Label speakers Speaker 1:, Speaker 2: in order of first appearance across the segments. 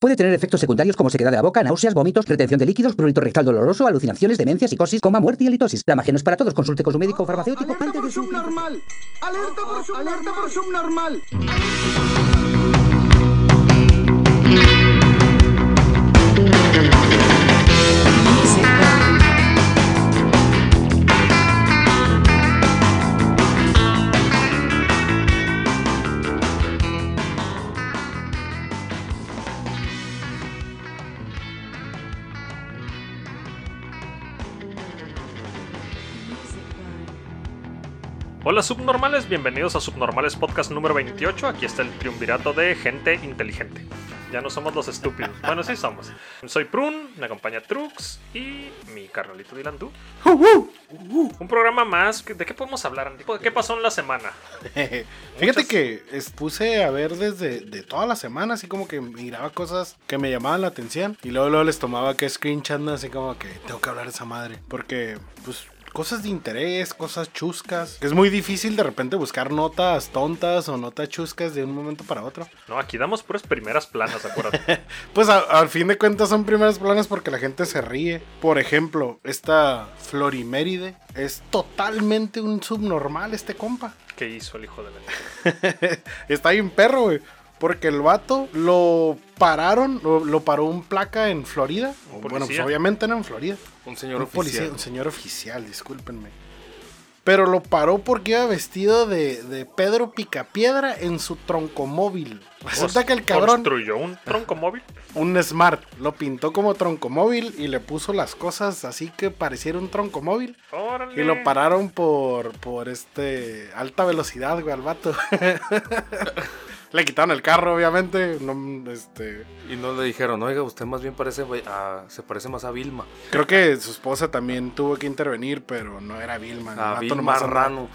Speaker 1: Puede tener efectos secundarios como sequedad de la boca, náuseas, vómitos, retención de líquidos, prurito rectal doloroso, alucinaciones, demencia, psicosis, coma, muerte y halitosis. La magia no es para todos. Consulte con su médico o farmacéutico
Speaker 2: ¡Alerta
Speaker 1: antes de
Speaker 2: por
Speaker 1: su...
Speaker 2: subnormal! ¡Alerta por subnormal! Ah, ¡Alerta por subnormal!
Speaker 3: Hola subnormales, bienvenidos a Subnormales Podcast número 28. Aquí está el triunvirato de gente inteligente. Ya no somos los estúpidos. Bueno, sí somos. Soy Prun, me acompaña Trux y mi carnalito Dylan Du. Un programa más. ¿De qué podemos hablar, Andy? Pues, ¿De qué pasó en la semana?
Speaker 4: Fíjate
Speaker 3: Muchas.
Speaker 4: que es- puse a ver desde de toda la semana, así como que miraba cosas que me llamaban la atención. Y luego, luego les tomaba que screenshot, ¿no? así como que tengo que hablar de esa madre. Porque, pues, cosas de interés, cosas chuscas. Es muy difícil de repente buscar notas tontas o notas chuscas de un momento para otro.
Speaker 3: No, aquí damos puras primeras planas, acuérdate.
Speaker 4: Pues a- al fin de cuentas son primeros planos porque la gente se ríe. Por ejemplo, esta Floriméride es totalmente un subnormal este compa.
Speaker 3: ¿Qué hizo el hijo de la
Speaker 4: Está bien perro, güey. Porque el vato lo pararon, lo, lo paró un placa en Florida.
Speaker 3: Un
Speaker 4: bueno, pues
Speaker 3: policía.
Speaker 4: obviamente no en Florida.
Speaker 5: Un señor
Speaker 4: un policía,
Speaker 5: oficial.
Speaker 4: un señor oficial, discúlpenme. Pero lo paró porque iba vestido de, de Pedro Picapiedra en su troncomóvil. Resulta
Speaker 3: Cons-
Speaker 4: que el cabrón,
Speaker 3: Construyó un tronco móvil.
Speaker 4: un smart, lo pintó como troncomóvil y le puso las cosas así que pareciera un troncomóvil.
Speaker 3: Órale.
Speaker 4: Y lo pararon por, por este alta velocidad, güey, al vato. Le quitaron el carro, obviamente. No, este,
Speaker 5: Y no le dijeron, oiga, usted más bien parece a- se parece más a Vilma.
Speaker 4: creo que su esposa también tuvo que intervenir, pero no era Vilma. el
Speaker 5: A
Speaker 4: vato
Speaker 5: Ah, Vilma
Speaker 4: nomás andaba-
Speaker 5: Rano.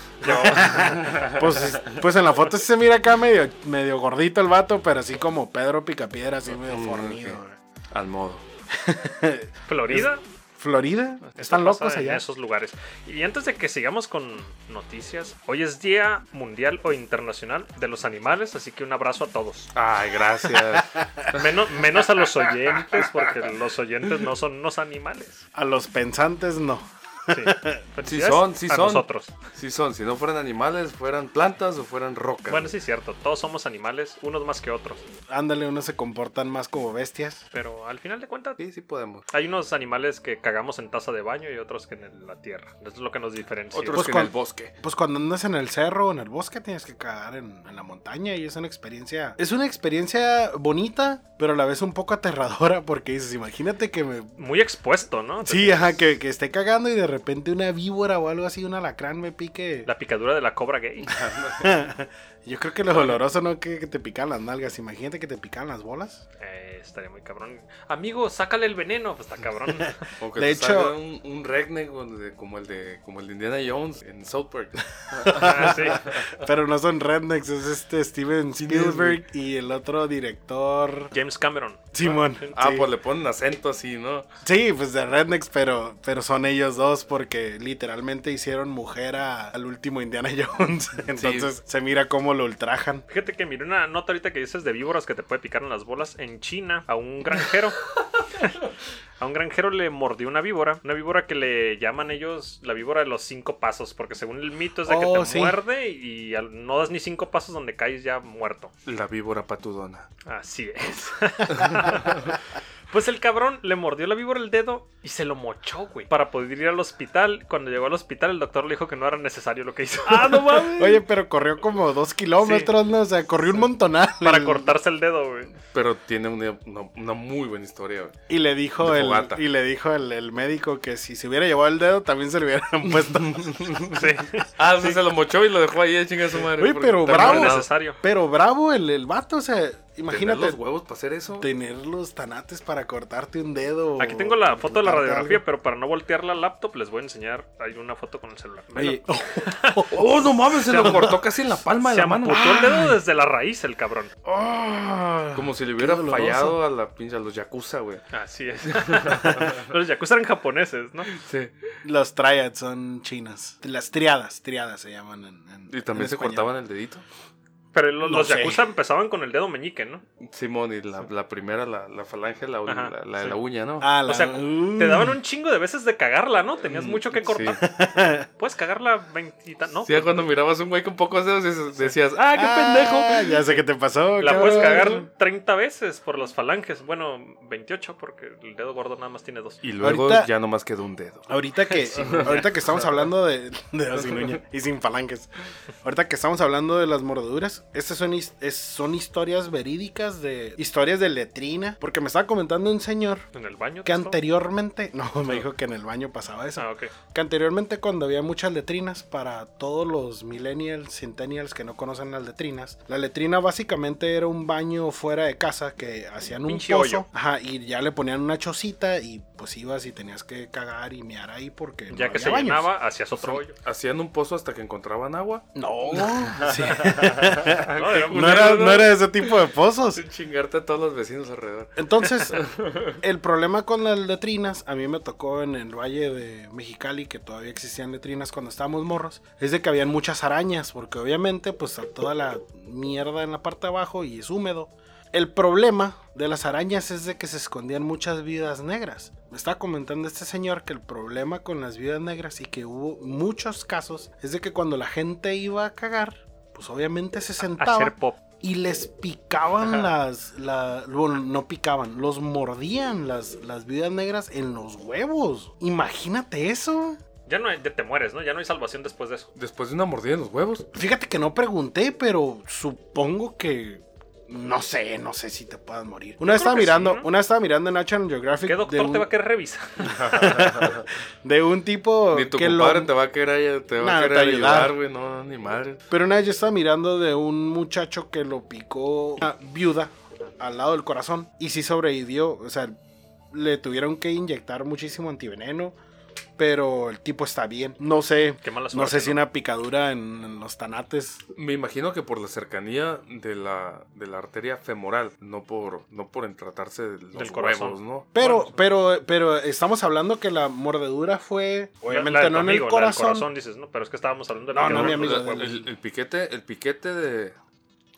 Speaker 4: Pues, es- pues en la foto sí se mira acá medio, medio gordito el vato, pero así como Pedro Picapiedra, así medio
Speaker 5: Mm,
Speaker 4: fornido.
Speaker 5: ok.
Speaker 4: güey.
Speaker 5: Al modo.
Speaker 3: Florida.
Speaker 4: ¿Florida? ¿Están
Speaker 3: pasa
Speaker 4: locos
Speaker 3: En
Speaker 4: allá?
Speaker 3: esos lugares. Y antes de que sigamos con noticias, hoy es Día Mundial o Internacional de los Animales, así que un abrazo a todos.
Speaker 5: Ay, gracias.
Speaker 3: Menos, menos a los oyentes, porque los oyentes no son los animales.
Speaker 4: A los pensantes no.
Speaker 3: Sí,
Speaker 5: Sí
Speaker 3: Felicidades
Speaker 5: son, sí
Speaker 3: a
Speaker 5: son.
Speaker 3: nosotros.
Speaker 5: Sí son, si no fueran animales, fueran plantas o fueran rocas.
Speaker 3: Bueno, sí es cierto, todos somos animales, unos más que otros.
Speaker 4: Ándale, unos se comportan más como bestias.
Speaker 3: Pero al final de cuentas,
Speaker 5: sí, sí podemos.
Speaker 3: hay unos animales que cagamos en taza de baño y otros que en la tierra. Eso es lo que nos diferencia.
Speaker 5: Otros
Speaker 4: Pues
Speaker 5: que
Speaker 4: cuan-
Speaker 5: en el bosque.
Speaker 4: Pues cuando andas en el cerro o en el bosque tienes que cagar en, en la montaña y es una experiencia... Es una experiencia bonita, pero a la vez un poco aterradora porque dices, imagínate que me...
Speaker 3: Muy expuesto, ¿no?
Speaker 4: Sí, ajá, que, que esté cagando y de repente una víbora o algo así, un alacrán me pique.
Speaker 3: La picadura de la cobra gay.
Speaker 4: Yo creo que lo doloroso no que, que te pican las nalgas, imagínate que te pican las bolas.
Speaker 3: Eh, estaría muy cabrón. Amigo, sácale el veneno. Pues está cabrón.
Speaker 5: O que
Speaker 4: De
Speaker 5: te
Speaker 4: hecho-
Speaker 5: salga un, un redneck o de- como el de como el de Indiana Jones en South Park.
Speaker 3: Ah, sí.
Speaker 4: Pero no son rednecks, es este Steven Spielberg y el otro director...
Speaker 3: James Cameron.
Speaker 4: Simón.
Speaker 5: Ah,
Speaker 4: Sí.
Speaker 5: pues le ponen acento así, ¿no?
Speaker 4: Sí, pues de Rednecks, pero, pero son ellos dos porque literalmente hicieron mujer a- al último Indiana Jones. Entonces se mira cómo lo ultrajan.
Speaker 3: Fíjate que miré una nota ahorita que dices de víboras que te puede picar en las bolas. En China, a un granjero. A un granjero le mordió una víbora, una víbora que le llaman ellos la víbora de los cinco pasos, porque según el mito es de que
Speaker 4: Oh,
Speaker 3: te
Speaker 4: sí.
Speaker 3: muerde y al- no das ni cinco pasos donde caes ya muerto.
Speaker 5: La víbora patudona.
Speaker 3: Así es. pues el cabrón le mordió la víbora el dedo y se lo mochó, güey. Para poder ir al hospital. Cuando llegó al hospital, el doctor le dijo que no era necesario lo que hizo. ¡Ah, no mames!
Speaker 4: Oye, pero corrió como dos kilómetros, ¿no? O sea, corrió un montonal.
Speaker 3: Para cortarse el dedo, güey.
Speaker 5: Pero tiene una, una, una muy buena historia. güey.
Speaker 4: Y le dijo,
Speaker 5: De
Speaker 4: el,
Speaker 5: fogata.
Speaker 4: y le dijo el, el médico que si se hubiera llevado el dedo también se le hubieran puesto.
Speaker 3: Sí.
Speaker 5: Ah, sí, se lo mochó y lo dejó ahí, chinga su madre.
Speaker 4: Uy,
Speaker 5: porque
Speaker 4: pero
Speaker 5: está
Speaker 3: No era
Speaker 4: bravo.
Speaker 5: envenenado.
Speaker 3: necesario.
Speaker 4: Pero bravo el, el vato, o sea,
Speaker 5: Imagínate
Speaker 4: imagínate
Speaker 5: los huevos para hacer eso.
Speaker 4: tener los tanates para cortarte un dedo.
Speaker 3: Aquí tengo la foto de la
Speaker 4: cortarte
Speaker 3: radiografía,
Speaker 4: algo.
Speaker 3: pero para no voltear la laptop les voy a enseñar. Hay una foto con el celular. Mira.
Speaker 5: Oye. oh, no mames, se lo cortó casi en la palma de
Speaker 3: se
Speaker 5: la mano.
Speaker 3: amputó el dedo desde la raíz el cabrón.
Speaker 4: Ah,
Speaker 5: Como si le hubiera
Speaker 4: Qué doloroso.
Speaker 5: fallado a la pinche a los yakuza, güey.
Speaker 3: Así es. Los yakuza eran japoneses, ¿no?
Speaker 5: Sí.
Speaker 4: Los triads son chinas. Las triadas, triadas se llaman en, en-
Speaker 5: Y también
Speaker 4: en
Speaker 5: se
Speaker 4: español.
Speaker 5: cortaban el dedito.
Speaker 3: Pero lo-
Speaker 4: No
Speaker 3: los
Speaker 4: sé.
Speaker 3: Yakuza empezaban con el dedo meñique, ¿no?
Speaker 5: Simón, y la, la primera, la, la falange, la,
Speaker 3: Ajá,
Speaker 5: la, la de
Speaker 3: sí.
Speaker 5: la uña, ¿no?
Speaker 4: Ah, la,
Speaker 3: O sea,
Speaker 4: uh. Mm,
Speaker 3: Te daban un chingo de veces de cagarla, ¿no? Tenías mucho que cortar.
Speaker 5: Sí.
Speaker 3: Puedes cagarla 20 y ta- ¿no?
Speaker 5: Sí, ya cuando mirabas un güey con pocos dedos dices- decías, ¡ah, qué
Speaker 4: Ah,
Speaker 5: pendejo!
Speaker 4: Ya sé qué te pasó.
Speaker 3: La
Speaker 4: Ah, cabrón.
Speaker 3: puedes cagar 30 veces por las falanges. Bueno, 28 porque el dedo gordo nada más tiene dos.
Speaker 5: Y luego
Speaker 4: Ahorita-
Speaker 5: ya nomás quedó un dedo.
Speaker 4: Ahorita que, ahorita que estamos hablando de, de sin uña y sin falanges. Ahorita que estamos hablando de las mordeduras, estas son, his- es- son historias verídicas de historias de letrina. Porque me estaba comentando un señor
Speaker 3: En el baño.
Speaker 4: que
Speaker 3: ¿tú sabes?
Speaker 4: anteriormente, no, me dijo que en el baño pasaba eso.
Speaker 3: Ah, ok.
Speaker 4: Que anteriormente cuando había muchas letrinas para todos los millennials, centennials que no conocen las letrinas, la letrina básicamente era un baño fuera de casa que hacían un
Speaker 3: Pinche
Speaker 4: pozo,
Speaker 3: hoyo.
Speaker 4: ajá, y ya le ponían una chocita y pues ibas y tenías que cagar y mear ahí porque no
Speaker 3: Ya que
Speaker 4: había
Speaker 3: se
Speaker 4: baños.
Speaker 3: llenaba, hacías otro hoyo.
Speaker 5: Hacían un pozo hasta que encontraban agua.
Speaker 4: No, sí.
Speaker 3: No, era un-
Speaker 4: no era, no era ese tipo de pozos.
Speaker 5: Sin chingarte a todos los vecinos alrededor.
Speaker 4: Entonces, el problema con las letrinas, a mí me tocó en el Valle de Mexicali, que todavía existían letrinas cuando estábamos morros, es de que habían muchas arañas, porque obviamente pues toda la mierda en la parte de abajo y es húmedo. El problema de las arañas es de que se escondían muchas vidas negras. Me está comentando este señor que el problema con las vidas negras y que hubo muchos casos es de que cuando la gente iba a cagar, pues obviamente se sentaba
Speaker 3: Hacer pop.
Speaker 4: y les picaban las, la- bueno, no picaban, los mordían las, las viudas negras en los huevos. Imagínate eso.
Speaker 3: Ya no hay- ya te mueres, ¿no? Ya no hay salvación después de eso.
Speaker 5: Después de una mordida en los huevos.
Speaker 4: Fíjate que no pregunté, pero supongo que no sé, no sé si te puedas morir. Una vez
Speaker 3: creo
Speaker 4: estaba
Speaker 3: que sí,
Speaker 4: mirando,
Speaker 3: ¿no?
Speaker 4: una vez estaba mirando en National Geographic
Speaker 3: ¿Qué
Speaker 4: de,
Speaker 3: doctor
Speaker 4: un,
Speaker 3: te va a querer revisar?
Speaker 4: de un tipo
Speaker 5: Ni tu
Speaker 4: que lo-
Speaker 5: compadre te va a querer, te va
Speaker 4: Nah, no
Speaker 5: a
Speaker 4: te
Speaker 5: querer
Speaker 4: va a ayudar.
Speaker 5: ayudar, güey. No, no, ni madre.
Speaker 4: Pero una vez yo estaba mirando de un muchacho que lo picó una viuda al lado del corazón y sí sobrevivió. O sea, le tuvieron que inyectar muchísimo antiveneno, pero el tipo está bien. No sé,
Speaker 3: Qué mala
Speaker 4: no
Speaker 3: suerte,
Speaker 4: sé si
Speaker 3: ¿no?
Speaker 4: una picadura en, en los tanates.
Speaker 5: Me imagino que por la cercanía de la, de la arteria femoral, no por, no por en tratarse de los
Speaker 3: Del corazón.
Speaker 5: huevos, ¿no?
Speaker 4: Pero,
Speaker 3: Bueno,
Speaker 4: pero, pero estamos hablando que la mordedura fue, obviamente
Speaker 3: La- la de tu
Speaker 4: no en el
Speaker 3: amigo, la del
Speaker 4: corazón.
Speaker 3: dices, ¿no? Pero es que estábamos hablando de
Speaker 4: No,
Speaker 3: que
Speaker 4: Ah, no,
Speaker 3: era
Speaker 4: mi
Speaker 3: en
Speaker 4: amigo,
Speaker 3: los
Speaker 5: El,
Speaker 3: huevos.
Speaker 5: el- el piquete, el piquete de.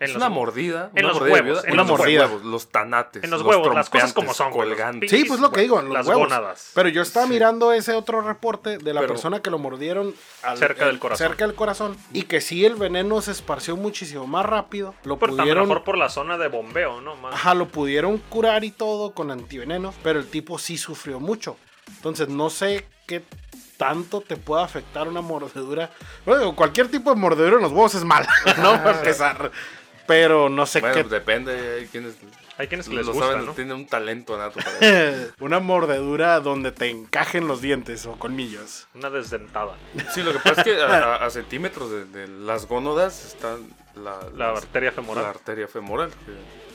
Speaker 3: En
Speaker 5: es
Speaker 3: los-
Speaker 5: una mordida.
Speaker 3: en
Speaker 5: una
Speaker 3: los
Speaker 5: mordida de
Speaker 3: huevos,
Speaker 5: viuda,
Speaker 3: en
Speaker 5: una
Speaker 3: los
Speaker 5: mordida de
Speaker 3: huevos.
Speaker 5: Los tanates.
Speaker 3: En los huevos, las cosas
Speaker 5: trompeantes,
Speaker 3: como son, güey, los
Speaker 5: Colgantes.
Speaker 3: pinches
Speaker 4: Sí, pues lo que digo, los
Speaker 3: Las
Speaker 4: huevos.
Speaker 3: gónadas.
Speaker 4: Pero yo estaba mirando ese otro reporte de la
Speaker 5: Pero-
Speaker 4: persona que lo mordieron al-
Speaker 3: Cerca del
Speaker 4: el-
Speaker 3: corazón.
Speaker 4: cerca del corazón y que sí el veneno se esparció muchísimo más rápido. Lo
Speaker 3: Pero también
Speaker 4: pudieron,
Speaker 3: mejor por la zona de bombeo, ¿no? Más-
Speaker 4: ajá, lo pudieron curar y todo con antiveneno, pero el tipo sí sufrió mucho. Entonces no sé qué tanto te puede afectar una mordedura. Bueno, cualquier tipo de mordedura en los huevos es mala, no para empezar. Pero no sé
Speaker 5: Bueno, pues,
Speaker 4: qué
Speaker 5: depende. Hay quienes,
Speaker 3: Hay quienes que les
Speaker 5: lo
Speaker 3: gusta,
Speaker 5: saben,
Speaker 3: ¿no?
Speaker 5: tienen un talento nato para eso.
Speaker 4: una mordedura donde te encajen los dientes o colmillos.
Speaker 3: Una desdentada.
Speaker 5: Sí, lo que pasa es que a, a- a centímetros de, de las gónodas está la,
Speaker 3: La
Speaker 5: las-
Speaker 3: arteria
Speaker 5: la
Speaker 3: femoral.
Speaker 5: arteria femoral, que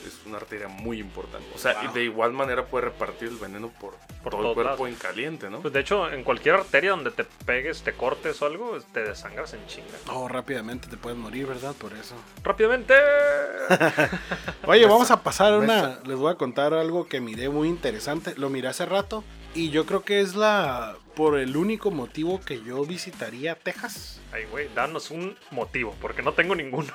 Speaker 5: es una arteria muy importante. O sea, y de igual manera puede repartir el veneno por,
Speaker 3: Por
Speaker 5: todo el
Speaker 3: todos
Speaker 5: cuerpo
Speaker 3: lados.
Speaker 5: en caliente, ¿no?
Speaker 3: Pues de hecho, en cualquier arteria donde te pegues, te cortes o algo, te desangras en chinga.
Speaker 4: Oh, rápidamente te puedes morir, ¿verdad? Por eso.
Speaker 3: Rápidamente.
Speaker 4: Oye, vamos a pasar a una.
Speaker 5: Mesa.
Speaker 4: Les voy a contar algo que miré muy interesante. Lo miré hace rato. Y yo creo que es la. Por el único motivo que yo visitaría Texas.
Speaker 3: Ay, güey, danos un motivo, porque no tengo ninguno.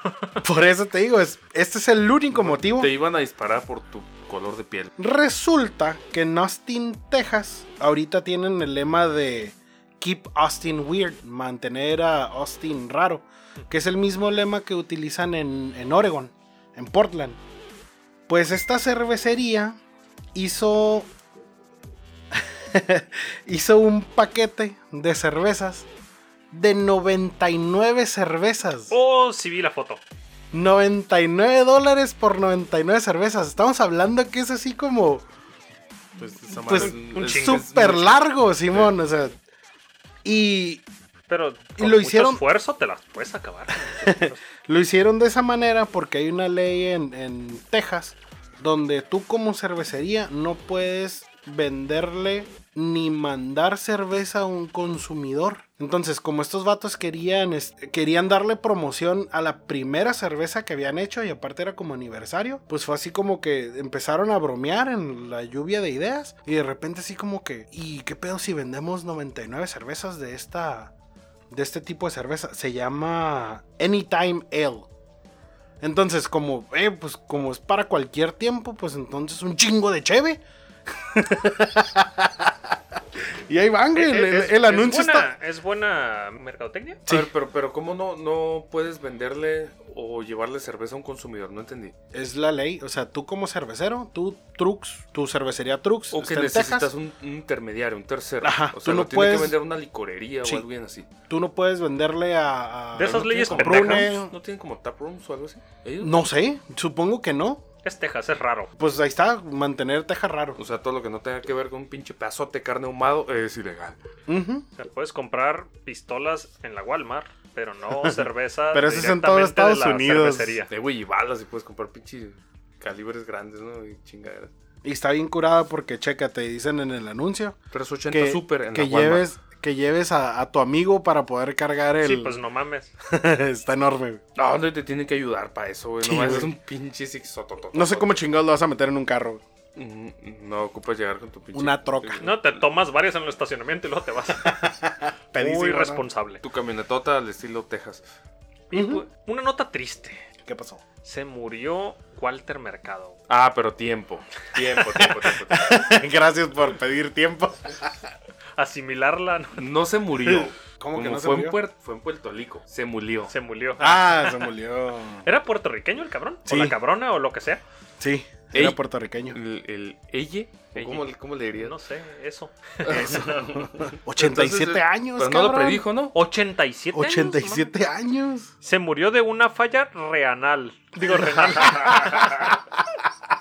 Speaker 4: Por eso te digo, es, este es el único motivo.
Speaker 5: Te iban a disparar por tu color de piel.
Speaker 4: Resulta que en Austin, Texas, ahorita tienen el lema de Keep Austin Weird, mantener a Austin raro, que es el mismo lema que utilizan en, en Oregon, en Portland. Pues esta cervecería hizo, hizo un paquete de cervezas de 99 cervezas.
Speaker 3: Oh, sí vi la foto.
Speaker 4: 99 dólares por 99 cervezas. Estamos hablando que es así como
Speaker 5: Pues, esa madre
Speaker 4: Pues,
Speaker 5: es-
Speaker 3: un
Speaker 5: es-
Speaker 3: chingo.
Speaker 5: es
Speaker 4: súper
Speaker 5: mucho.
Speaker 4: largo, Simón. O sea, y
Speaker 3: Pero con
Speaker 4: lo
Speaker 3: mucho
Speaker 4: hicieron-
Speaker 3: esfuerzo te las puedes acabar.
Speaker 4: lo hicieron de esa manera porque hay una ley en, en Texas donde tú como cervecería no puedes venderle ni mandar cerveza a un consumidor. Entonces, como estos vatos querían, es- querían darle promoción a la primera cerveza que habían hecho y aparte era como aniversario, pues fue así como que empezaron a bromear en la lluvia de ideas y de repente así como que, ¿y qué pedo si vendemos 99 cervezas de esta de este tipo de cerveza. Se llama Anytime Ale. Entonces, como, eh, pues como es para cualquier tiempo, pues entonces un chingo de cheve. y ahí van, güey. El, el-
Speaker 3: Eh, Es-
Speaker 4: el
Speaker 3: es
Speaker 4: anuncio
Speaker 3: buena-
Speaker 4: está.
Speaker 3: ¿Es buena mercadotecnia?
Speaker 4: Sí.
Speaker 5: A ver, pero, pero ¿cómo no, no puedes venderle o llevarle cerveza a un consumidor? No entendí.
Speaker 4: Es la ley. O sea, tú como cervecero, tú Trux, tu cervecería Trux,
Speaker 5: O que
Speaker 4: está en
Speaker 5: necesitas
Speaker 4: Texas,
Speaker 5: un, un intermediario, un tercero.
Speaker 4: Ajá,
Speaker 5: o sea,
Speaker 4: tú
Speaker 5: lo
Speaker 4: no
Speaker 5: tiene
Speaker 4: puedes-
Speaker 5: que vender una licorería
Speaker 4: Sí.
Speaker 5: o algo bien así.
Speaker 4: tú no puedes venderle a. a-
Speaker 3: De esas
Speaker 5: ¿No
Speaker 3: leyes
Speaker 5: tienen como
Speaker 4: pendejas.
Speaker 5: taprooms? ¿No tienen como taprooms o algo así? ¿Ellos?
Speaker 4: No sé, supongo que no.
Speaker 3: Es Texas, es raro.
Speaker 4: Pues ahí está, mantener Texas raro.
Speaker 3: Pues-
Speaker 5: O sea, todo lo que no tenga que ver con un pinche pedazote de carne ahumado es ilegal.
Speaker 4: Ujú.
Speaker 3: O sea, puedes comprar pistolas en la Walmart, pero no cerveza.
Speaker 4: Pero eso es en todo
Speaker 3: directamente de
Speaker 4: Estados
Speaker 3: la
Speaker 4: Unidos.
Speaker 3: cervecería.
Speaker 5: De güey, y balas y puedes comprar pinches calibres grandes, ¿no? Y chingaderas.
Speaker 4: Y está bien curada porque, checa, te dicen en el anuncio
Speaker 5: 380
Speaker 4: que,
Speaker 5: super en
Speaker 4: que
Speaker 5: la Walmart.
Speaker 4: lleves, que lleves a, a tu amigo para poder cargar el.
Speaker 3: Sí, pues no mames.
Speaker 4: está enorme. güey.
Speaker 5: No, no te tienen que ayudar para eso, güey.
Speaker 4: Sí,
Speaker 5: No más es
Speaker 4: güey.
Speaker 5: un pinche sixototototote.
Speaker 4: No sé cómo chingados lo vas a meter en un carro. güey.
Speaker 5: Mm, No ocupas llegar con tu pinche.
Speaker 4: Una troca.
Speaker 3: No, te tomas varias en el estacionamiento y luego te vas.
Speaker 4: Pedísimo,
Speaker 3: Muy
Speaker 4: ¿no?
Speaker 3: responsable. pues,
Speaker 5: Tu camionetota al estilo Texas.
Speaker 3: Una nota triste.
Speaker 4: ¿Qué pasó?
Speaker 3: Se murió Walter Mercado.
Speaker 5: Ah, pero tiempo. Tiempo, tiempo, tiempo. tiempo.
Speaker 4: Gracias por pedir tiempo.
Speaker 3: Asimilarla no,
Speaker 5: No se murió.
Speaker 4: ¿Cómo que
Speaker 5: Como
Speaker 4: no se
Speaker 5: fue
Speaker 4: murió?
Speaker 5: En Puer- fue en Puerto Rico. Se murió.
Speaker 3: se murió.
Speaker 4: Ah, se murió.
Speaker 3: ¿Era puertorriqueño el cabrón?
Speaker 4: Sí.
Speaker 3: ¿O la cabrona o lo que sea?
Speaker 4: Sí,
Speaker 5: Ey.
Speaker 4: era puertorriqueño.
Speaker 5: El, el elle, ¿o
Speaker 3: Elle.
Speaker 5: ¿Cómo, le- cómo le diría?
Speaker 3: No sé, eso.
Speaker 4: 87 años,
Speaker 5: Pero eh, pues, no
Speaker 4: cabrón.
Speaker 5: lo predijo, ¿no?
Speaker 3: 87 años, no mames.
Speaker 4: 87 años.
Speaker 3: Se murió de una falla renal. Digo, renal.
Speaker 4: Oh,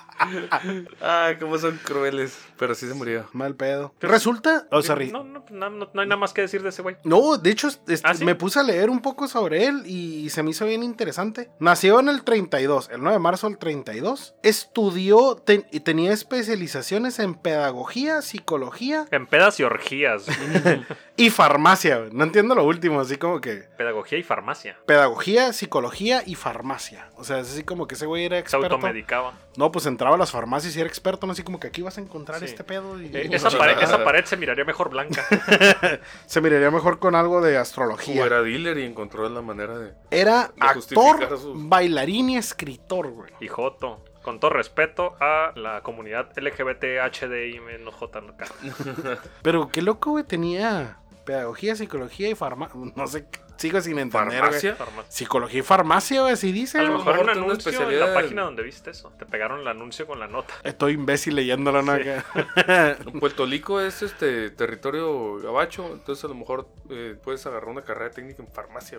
Speaker 5: Ah, cómo son crueles. Pero sí se murió.
Speaker 4: Mal pedo. Resulta, Oh, o sea, ri-
Speaker 3: no, no, no, no hay nada más que decir de ese güey.
Speaker 4: No, de hecho, este,
Speaker 3: ¿Ah, sí?
Speaker 4: me puse a leer un poco sobre él y se me hizo bien interesante. Nació en el 32, el 9 de marzo del 32. Estudió ten- y tenía especializaciones en pedagogía, psicología
Speaker 3: En pedas y orgías.
Speaker 4: y farmacia. güey. No entiendo lo último, así como que
Speaker 3: Pedagogía y farmacia.
Speaker 4: pedagogía, psicología y farmacia. O sea, es así como que ese güey era
Speaker 3: Se
Speaker 4: experto.
Speaker 3: automedicaba.
Speaker 4: No, pues entraba a las farmacias y era experto, no así como que aquí vas a encontrar
Speaker 3: Sí.
Speaker 4: este pedo. Y...
Speaker 3: Eh, esa, pared, esa pared se miraría mejor blanca.
Speaker 4: Se miraría mejor con algo de
Speaker 5: O
Speaker 4: astrología.
Speaker 5: era dealer y encontró la manera de.
Speaker 4: Era
Speaker 5: De
Speaker 4: actor,
Speaker 5: justificar sus-
Speaker 4: bailarín y escritor, güey.
Speaker 3: Y Joto. Con todo respeto a la comunidad LGBTHDI-JK.
Speaker 4: Pero qué loco, güey, tenía pedagogía, psicología y farmacia. No sé, sigo sin entender.
Speaker 5: Farmacia.
Speaker 4: güey. Psicología y farmacia, güey, así dice.
Speaker 3: A lo
Speaker 4: güey.
Speaker 3: mejor
Speaker 5: mejor
Speaker 3: un
Speaker 5: tiene una
Speaker 3: anuncio en la
Speaker 5: especialidad.
Speaker 3: página donde viste eso. Te pegaron el anuncio con la nota.
Speaker 4: Estoy imbécil leyéndolo, ¿no?
Speaker 3: Sí.
Speaker 4: Acá.
Speaker 5: Puerto Rico es este territorio gabacho, entonces a lo mejor eh, puedes agarrar una carrera técnica en farmacia,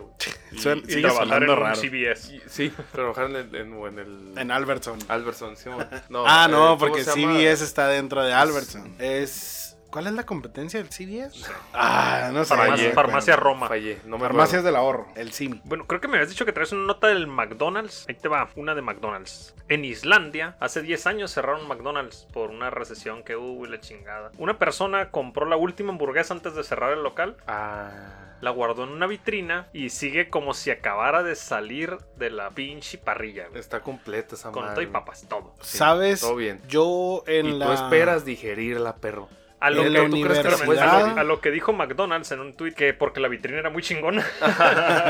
Speaker 5: güey. Y-
Speaker 4: Suena-
Speaker 3: Y
Speaker 5: y-
Speaker 4: Sigue
Speaker 3: trabajar en
Speaker 4: sonando
Speaker 3: un
Speaker 4: raro.
Speaker 3: CBS.
Speaker 5: y- sí, trabajar en el, en, o en el
Speaker 4: En Albertson.
Speaker 5: Albertson, sí, güey.
Speaker 4: ah,
Speaker 5: eh,
Speaker 4: no,
Speaker 5: ¿cómo
Speaker 4: porque
Speaker 5: se llama?
Speaker 4: CBS está dentro de Albertson. Es. ¿Cuál es la competencia del CBS? Ah, no sé.
Speaker 5: Farmacia-
Speaker 4: güey,
Speaker 3: Farmacia, farmacia
Speaker 4: pero-
Speaker 3: Roma.
Speaker 5: Fallé, no me
Speaker 4: Farmacias
Speaker 5: acuerdo.
Speaker 4: del ahorro, el CIMI.
Speaker 3: Bueno, creo que me habías dicho que traes una nota del McDonald's. Ahí te va, una de McDonald's. En Islandia, hace 10 años cerraron McDonald's por una recesión que hubo y la chingada. Una persona compró la última hamburguesa antes de cerrar el local,
Speaker 5: Ah,
Speaker 3: la guardó en una vitrina y sigue como si acabara de salir de la pinche parrilla. güey.
Speaker 5: está completa esa
Speaker 3: Con
Speaker 5: madre,
Speaker 3: todo y
Speaker 5: güey.
Speaker 3: papas, todo.
Speaker 5: Sí,
Speaker 4: ¿Sabes?
Speaker 5: todo bien.
Speaker 4: Yo en
Speaker 5: y
Speaker 4: la.
Speaker 5: tú esperas digerirla, perro.
Speaker 3: A lo,
Speaker 4: En
Speaker 3: que,
Speaker 4: la
Speaker 3: ¿tú crees que la-
Speaker 4: universidad.
Speaker 3: a lo que- a lo que dijo McDonald's en un tuit que porque la vitrina era muy chingona,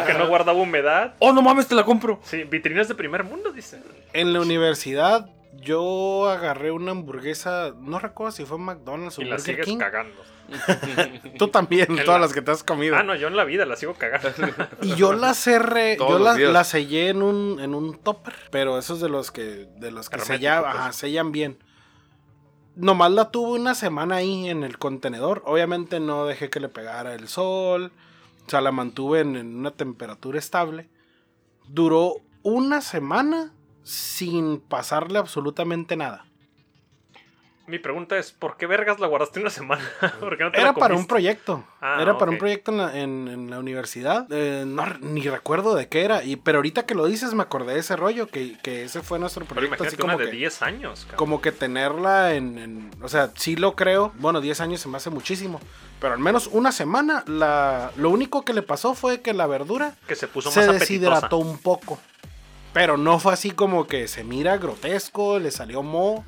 Speaker 3: que no guardaba humedad.
Speaker 5: ¡Oh, no mames, te la compro!
Speaker 3: Sí, vitrinas de primer mundo, dice.
Speaker 4: En la universidad yo agarré una hamburguesa, no recuerdo si fue en McDonald's o
Speaker 3: Y la
Speaker 4: Burger
Speaker 3: sigues
Speaker 4: King.
Speaker 3: cagando.
Speaker 4: Tú también,
Speaker 3: En
Speaker 4: todas
Speaker 3: la-
Speaker 4: las que te has comido.
Speaker 3: Ah, no, yo en la vida la sigo cagando.
Speaker 4: Y yo la cerré,
Speaker 5: Todos
Speaker 4: yo
Speaker 5: los
Speaker 4: la,
Speaker 5: días.
Speaker 4: la sellé en un, en un topper, pero esos de los que, de los que
Speaker 3: Hermético,
Speaker 4: sellaba-
Speaker 3: pues.
Speaker 4: ajá, sellan bien. Nomás la tuve una semana ahí en el contenedor. Obviamente no dejé que le pegara el sol. O sea, la mantuve en, en una temperatura estable. Duró una semana sin pasarle absolutamente nada.
Speaker 3: Mi pregunta es, ¿por qué vergas la guardaste una semana? ¿Por qué no te la
Speaker 4: Era para un
Speaker 3: comiste?
Speaker 4: proyecto.
Speaker 3: Ah,
Speaker 4: era para
Speaker 3: ok.
Speaker 4: un proyecto en la, en- en la universidad. Eh, no, r- ni recuerdo de qué era. Y, pero ahorita que lo dices, me acordé de ese rollo, que, que ese fue nuestro
Speaker 3: Pero
Speaker 4: proyecto. Así
Speaker 3: imagínate una
Speaker 4: como
Speaker 3: de
Speaker 4: que,
Speaker 3: 10 años, cabrón.
Speaker 4: como que tenerla en, en- O sea, sí lo creo. Bueno, 10 años se me hace muchísimo. Pero al menos una semana, la, lo único que le pasó fue que la verdura
Speaker 3: que se puso
Speaker 4: se
Speaker 3: más apetitosa.
Speaker 4: deshidrató un poco. Pero no fue así como que se mira grotesco, le salió mo.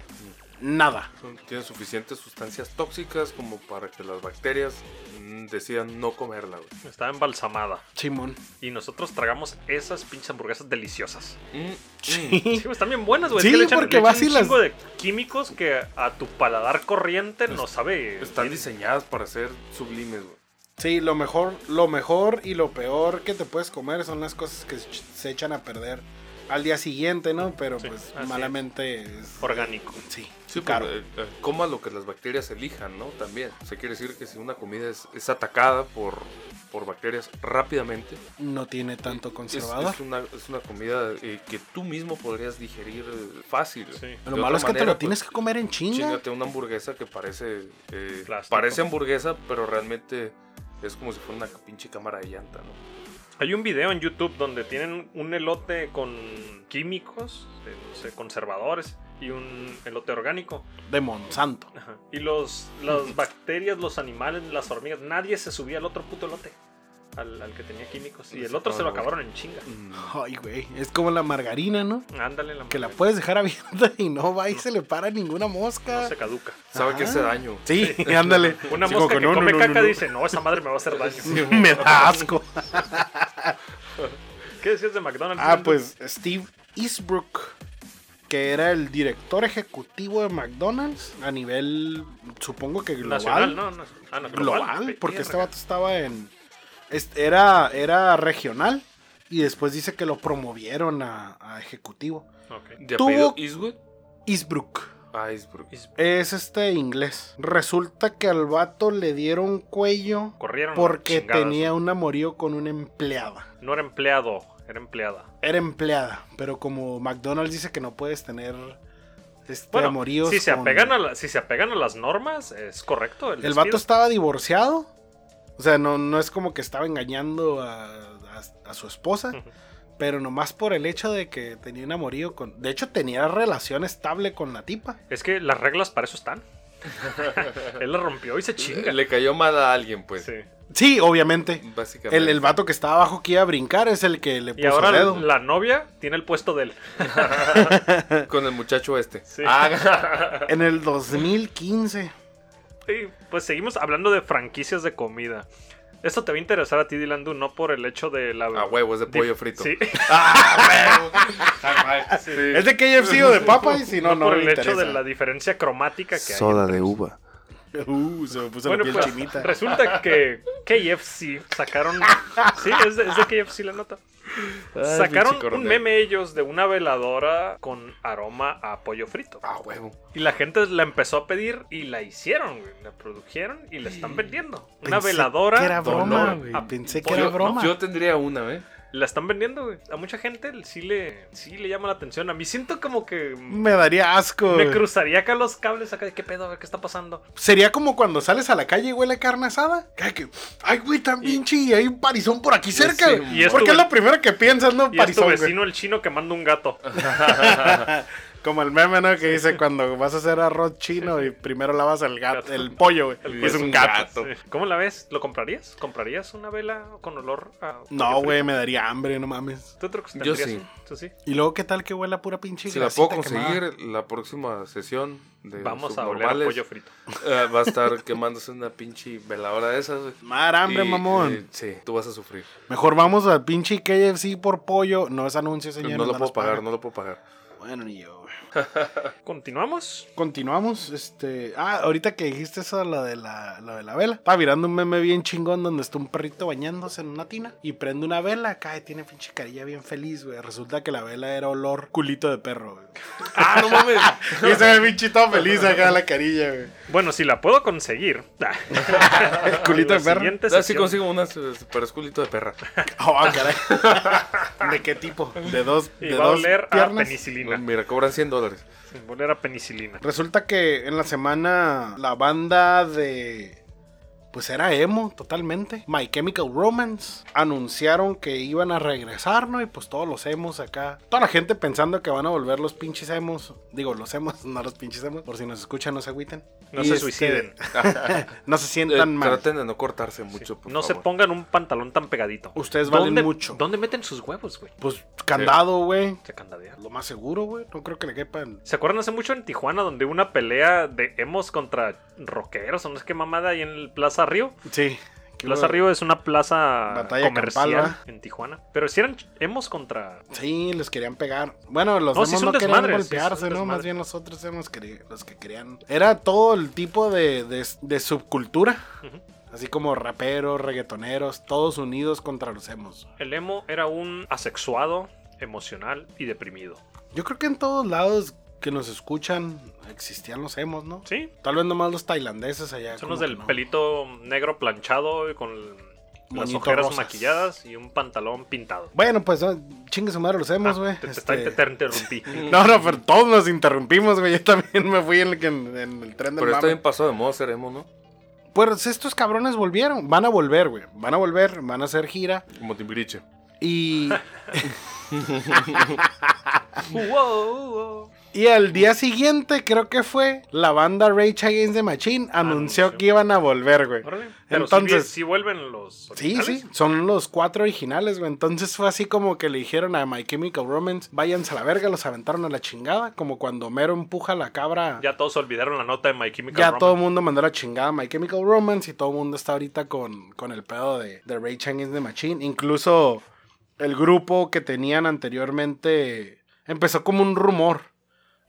Speaker 4: nada.
Speaker 5: Tiene suficientes sustancias tóxicas como para que las bacterias mm, decidan no comerla, güey.
Speaker 3: Está embalsamada.
Speaker 4: Simón.
Speaker 3: Y nosotros tragamos esas pinches hamburguesas deliciosas.
Speaker 5: Mm,
Speaker 3: Sí, güey, están bien buenas, güey.
Speaker 4: Sí,
Speaker 3: Es que le echan-
Speaker 4: porque
Speaker 3: le echan
Speaker 4: vas y
Speaker 3: un
Speaker 4: las-
Speaker 3: chingo de químicos que a tu paladar corriente no sabe.
Speaker 5: Están
Speaker 3: bien.
Speaker 5: diseñadas para ser sublimes, güey.
Speaker 4: Sí, lo mejor, lo mejor y lo peor que te puedes comer son las cosas que ch- se echan a perder al día siguiente, ¿no? Pero
Speaker 3: Sí,
Speaker 4: pues
Speaker 3: así
Speaker 4: malamente es-
Speaker 3: Orgánico.
Speaker 4: Sí,
Speaker 5: Sí,
Speaker 4: claro.
Speaker 5: claro. coma lo que las bacterias elijan, ¿no? También. O sea, quiere decir que si una comida es, es atacada por, por bacterias rápidamente,
Speaker 4: No tiene tanto
Speaker 5: es,
Speaker 4: conservador.
Speaker 5: es una, es una comida eh, que tú mismo podrías digerir eh, fácil.
Speaker 3: Sí.
Speaker 5: De
Speaker 4: Lo
Speaker 5: otra
Speaker 4: malo es que te
Speaker 5: manera,
Speaker 4: lo tienes
Speaker 5: pues,
Speaker 4: que comer en chinga.
Speaker 5: Chingate una hamburguesa que parece eh,
Speaker 3: Plástico.
Speaker 5: parece hamburguesa, pero realmente es como si fuera una pinche cámara de llanta, ¿no?
Speaker 3: Hay un video en YouTube donde tienen un elote con químicos, de, no sé, conservadores y un elote orgánico.
Speaker 4: De Monsanto.
Speaker 3: Ajá. Y los, las bacterias, los animales, las hormigas, nadie se subía al otro puto elote. Al, al que tenía químicos. Y el otro se lo acabaron en chinga.
Speaker 4: Ay, güey. Es como la margarina, ¿no?
Speaker 3: Ándale, la
Speaker 4: Mm. Que la
Speaker 3: madre.
Speaker 4: puedes dejar abierta y no va y se le para ninguna
Speaker 3: No
Speaker 4: mosca.
Speaker 3: se caduca.
Speaker 5: Sabe
Speaker 4: Ajá.
Speaker 5: que hace daño.
Speaker 4: Sí, ándale.
Speaker 3: Una
Speaker 4: Sí, como
Speaker 3: mosca que
Speaker 4: no,
Speaker 3: come
Speaker 4: no, no,
Speaker 3: caca
Speaker 4: no.
Speaker 3: dice, no, esa madre me va a hacer daño.
Speaker 4: Me da asco.
Speaker 3: ¿Qué decías de McDonald's?
Speaker 4: Ah, pues Steve Eastbrook, que era el director ejecutivo de McDonald's a nivel, supongo que global.
Speaker 3: Nacional, no, no. Ah, no,
Speaker 4: global,
Speaker 3: Ve-
Speaker 4: porque este
Speaker 3: verga.
Speaker 4: vato estaba en. es- Era, era regional y después dice que lo promovieron a, a ejecutivo.
Speaker 3: Ok.
Speaker 5: ¿De
Speaker 4: Tuvo-
Speaker 5: apellido Eastwood? Ah,
Speaker 4: Eastbrook
Speaker 5: Iceberg.
Speaker 3: Y s-
Speaker 4: es este inglés. Resulta que al vato le dieron cuello
Speaker 3: Corrieron.
Speaker 4: porque
Speaker 3: chingadas.
Speaker 4: tenía un amorío con una empleada.
Speaker 3: No era empleado, era empleada.
Speaker 4: Era empleada, pero como McDonald's dice que no puedes tener este
Speaker 3: Bueno,
Speaker 4: amoríos.
Speaker 3: si se,
Speaker 4: con-
Speaker 3: apegan a la- si se apegan a las normas, es correcto. El,
Speaker 4: El vato
Speaker 3: despido.
Speaker 4: estaba divorciado. O sea, no, no es como que estaba engañando a, a- a su esposa.
Speaker 3: Ujú.
Speaker 4: Pero nomás por el hecho de que tenía un amorío con. De hecho, tenía relación estable con la tipa.
Speaker 3: Es que las reglas para eso están. Él las rompió y se chinga.
Speaker 5: Le cayó mal a alguien, pues.
Speaker 3: Sí.
Speaker 4: Sí, obviamente.
Speaker 5: Básicamente.
Speaker 4: El, el vato que estaba abajo que iba a brincar es el que le
Speaker 3: Y
Speaker 4: puso
Speaker 3: ahora
Speaker 4: el dedo.
Speaker 3: la novia tiene el puesto de él.
Speaker 5: Con el muchacho este.
Speaker 3: Sí.
Speaker 5: Ah,
Speaker 4: En el 2015.
Speaker 3: Y, pues seguimos hablando de franquicias de comida. Esto te va a interesar a ti, Dylan Du, no por el hecho de la.
Speaker 5: a huevo, es de
Speaker 3: Dif-
Speaker 5: pollo frito. Ah,
Speaker 3: Sí.
Speaker 5: Sí.
Speaker 4: ¿Es de KFC o de Papa? Y si no,
Speaker 3: No,
Speaker 4: no,
Speaker 3: por
Speaker 4: le
Speaker 3: el hecho de
Speaker 4: interesa.
Speaker 3: la diferencia cromática que hay.
Speaker 5: de uva.
Speaker 4: Uh, se me puso
Speaker 3: Bueno,
Speaker 4: la piel
Speaker 3: pues,
Speaker 4: chinita.
Speaker 3: resulta que KFC sacaron. sí, es de, es de KFC la nota. Sacaron
Speaker 5: pinche
Speaker 3: un
Speaker 5: coronel.
Speaker 3: meme ellos de una veladora con aroma a pollo frito.
Speaker 5: A huevo.
Speaker 3: Y la gente la empezó a pedir y la hicieron, güey. La produjeron y la están vendiendo. Una
Speaker 4: Pensé
Speaker 3: veladora.
Speaker 4: que era broma,
Speaker 5: dolor.
Speaker 4: güey.
Speaker 3: Ah,
Speaker 4: Pensé que
Speaker 3: pollo-
Speaker 4: era
Speaker 5: Yo-
Speaker 4: broma.
Speaker 5: Yo tendría una, ¿eh?
Speaker 3: La están vendiendo, güey. A mucha gente sí le, sí le llama la atención. A mí siento como que
Speaker 4: Me daría asco.
Speaker 3: me
Speaker 4: güey.
Speaker 3: cruzaría acá los cables acá de qué pedo, güey, qué está pasando.
Speaker 4: Sería como cuando sales a la calle y huele a carne asada. Ay, que- ay, güey, también chi, hay un parizón por aquí cerca.
Speaker 5: sí,
Speaker 4: güey.
Speaker 3: y es
Speaker 4: Porque
Speaker 3: tu
Speaker 4: es
Speaker 3: ve-
Speaker 4: lo primero que piensas, ¿no?
Speaker 3: Y es tu
Speaker 4: Parizón, güey.
Speaker 3: vecino el chino que manda un gato.
Speaker 4: Como el meme, ¿no? Que dice cuando vas a hacer arroz chino y primero lavas el gato, el pollo, güey.
Speaker 3: El
Speaker 4: Y es
Speaker 3: pollo.
Speaker 4: un gato.
Speaker 3: Sí. ¿Cómo la ves? ¿Lo comprarías? ¿Comprarías una vela con olor a.?
Speaker 4: No, güey, me daría hambre, no mames.
Speaker 3: ¿Tú Trux,
Speaker 5: Yo
Speaker 3: tendrías
Speaker 5: sí.
Speaker 3: un- ¿Tú sí?
Speaker 4: Y luego, ¿qué tal que huele a pura pinche
Speaker 5: Si la
Speaker 4: grasita
Speaker 5: puedo conseguir, la próxima sesión de
Speaker 3: Vamos a oler a
Speaker 5: subnormales,
Speaker 3: pollo frito.
Speaker 5: eh, va a estar quemándose una pinche veladora de esas. güey.
Speaker 4: quemada? Mar, hambre,
Speaker 5: Y,
Speaker 4: mamón.
Speaker 5: eh, sí, tú vas a sufrir.
Speaker 4: Mejor vamos al pinche KFC por pollo. No es anuncio, señor.
Speaker 5: no lo puedo pagar, no lo puedo pagar.
Speaker 4: Bueno, ni yo, güey.
Speaker 3: ¿Continuamos?
Speaker 4: Continuamos, este... Ah, ahorita que dijiste eso, la de la, la de la vela. Estaba mirando un meme bien chingón donde está un perrito bañándose en una tina y prende una vela. Acá y tiene pinche carilla bien feliz, güey. Resulta que la vela era olor culito de perro, güey.
Speaker 5: ¡Ah, no mames!
Speaker 4: Y se ve pinche todo feliz acá la carilla, güey.
Speaker 3: Bueno, si la puedo conseguir. Ah.
Speaker 4: El culito
Speaker 3: La
Speaker 4: de perro.
Speaker 3: siguiente
Speaker 5: Así
Speaker 3: sesión-
Speaker 5: consigo unas, eh, pero es culito de perra.
Speaker 4: Oh, ah, caray. ¿De qué tipo? De dos,
Speaker 3: Y
Speaker 4: de
Speaker 3: va a
Speaker 4: dos
Speaker 3: oler a
Speaker 4: piernas.
Speaker 5: No,
Speaker 3: penicilina.
Speaker 5: mira, cobran 100 dólares.
Speaker 3: Va a oler a penicilina.
Speaker 4: Resulta que en la semana la banda de pues era emo totalmente. My Chemical Romance anunciaron que iban a regresar, ¿no? Y pues todos los emos acá. Toda la gente pensando que van a volver los pinches emos. Digo, los emos, no los pinches emos. Por si nos escuchan, no se agüiten.
Speaker 3: No
Speaker 4: Y
Speaker 3: se
Speaker 4: este,
Speaker 3: suiciden.
Speaker 4: no se
Speaker 5: Eh,
Speaker 4: sientan mal.
Speaker 5: Traten de no cortarse mucho, por
Speaker 3: No se
Speaker 5: favor.
Speaker 3: pongan un pantalón tan pegadito.
Speaker 4: Ustedes
Speaker 3: ¿Dónde-
Speaker 4: valen mucho.
Speaker 3: ¿Dónde meten sus huevos, güey?
Speaker 4: Pues candado, güey.
Speaker 3: Se candadean.
Speaker 4: Lo más seguro, güey. No creo que le quepan.
Speaker 3: ¿Se acuerdan hace mucho en Tijuana donde hubo una pelea de emos contra rockeros o no es que mamada ahí en el Plaza Río?
Speaker 4: Sí. que
Speaker 3: Plaza
Speaker 4: lo-
Speaker 3: Río es una plaza
Speaker 4: Batalla
Speaker 3: comercial
Speaker 4: campal,
Speaker 3: en Tijuana. Pero si eran ch- emos contra...
Speaker 4: Sí, les querían pegar. Bueno, los
Speaker 3: No,
Speaker 4: demás
Speaker 3: sí son
Speaker 4: no querían
Speaker 3: desmadres, sí son
Speaker 4: golpearse, ¿no? Más
Speaker 3: desmadres.
Speaker 4: bien los otros eran los que, los que querían. Era todo el tipo de, de- de subcultura.
Speaker 3: Ujú.
Speaker 4: Así como raperos, reggaetoneros, todos unidos contra los emos.
Speaker 3: El emo era un asexuado, emocional y deprimido.
Speaker 4: Yo creo que en todos lados que nos escuchan existían los emos, ¿no?
Speaker 3: ¿Sí?
Speaker 4: Tal vez nomás los tailandeses allá.
Speaker 3: Son
Speaker 4: como
Speaker 3: los
Speaker 4: Ah, que
Speaker 3: del
Speaker 4: no.
Speaker 3: pelito negro planchado y con las
Speaker 4: Moñito
Speaker 3: ojeras
Speaker 4: rosas.
Speaker 3: maquilladas y un pantalón pintado.
Speaker 4: Bueno, pues no, chingue su madre los emos,
Speaker 3: Ah,
Speaker 4: güey.
Speaker 3: te, te-
Speaker 4: Este-
Speaker 3: te- te interrumpí.
Speaker 4: No, no, pero todos nos interrumpimos, güey. Yo también me fui en el, que- en, en el tren del
Speaker 5: Pero está
Speaker 4: mame.
Speaker 5: bien pasado de moda ser emo, ¿no?
Speaker 4: Pues estos cabrones volvieron. Van a volver, güey. Van a volver, van a hacer gira.
Speaker 5: Como Timbiriche.
Speaker 4: Y,
Speaker 3: Wow, wow.
Speaker 4: y al día siguiente, creo que fue, la banda Rage Against the Machine anunció
Speaker 3: Anunció.
Speaker 4: que iban a volver, güey.
Speaker 3: Órale. Pero
Speaker 4: Entonces-
Speaker 3: si, vuelven los
Speaker 4: Sí,
Speaker 3: originales.
Speaker 4: sí, son los cuatro originales, güey. Entonces fue así como que le dijeron a My Chemical Romance, váyanse a la verga, los aventaron a la chingada, como cuando Homero empuja a la cabra.
Speaker 3: Ya todos olvidaron la nota de My Chemical
Speaker 4: Ya
Speaker 3: Romance.
Speaker 4: todo el mundo mandó la chingada a My Chemical Romance y todo el mundo está ahorita con, con el pedo de, de Ray Chang is the Machine. Incluso el grupo que tenían anteriormente empezó como un rumor.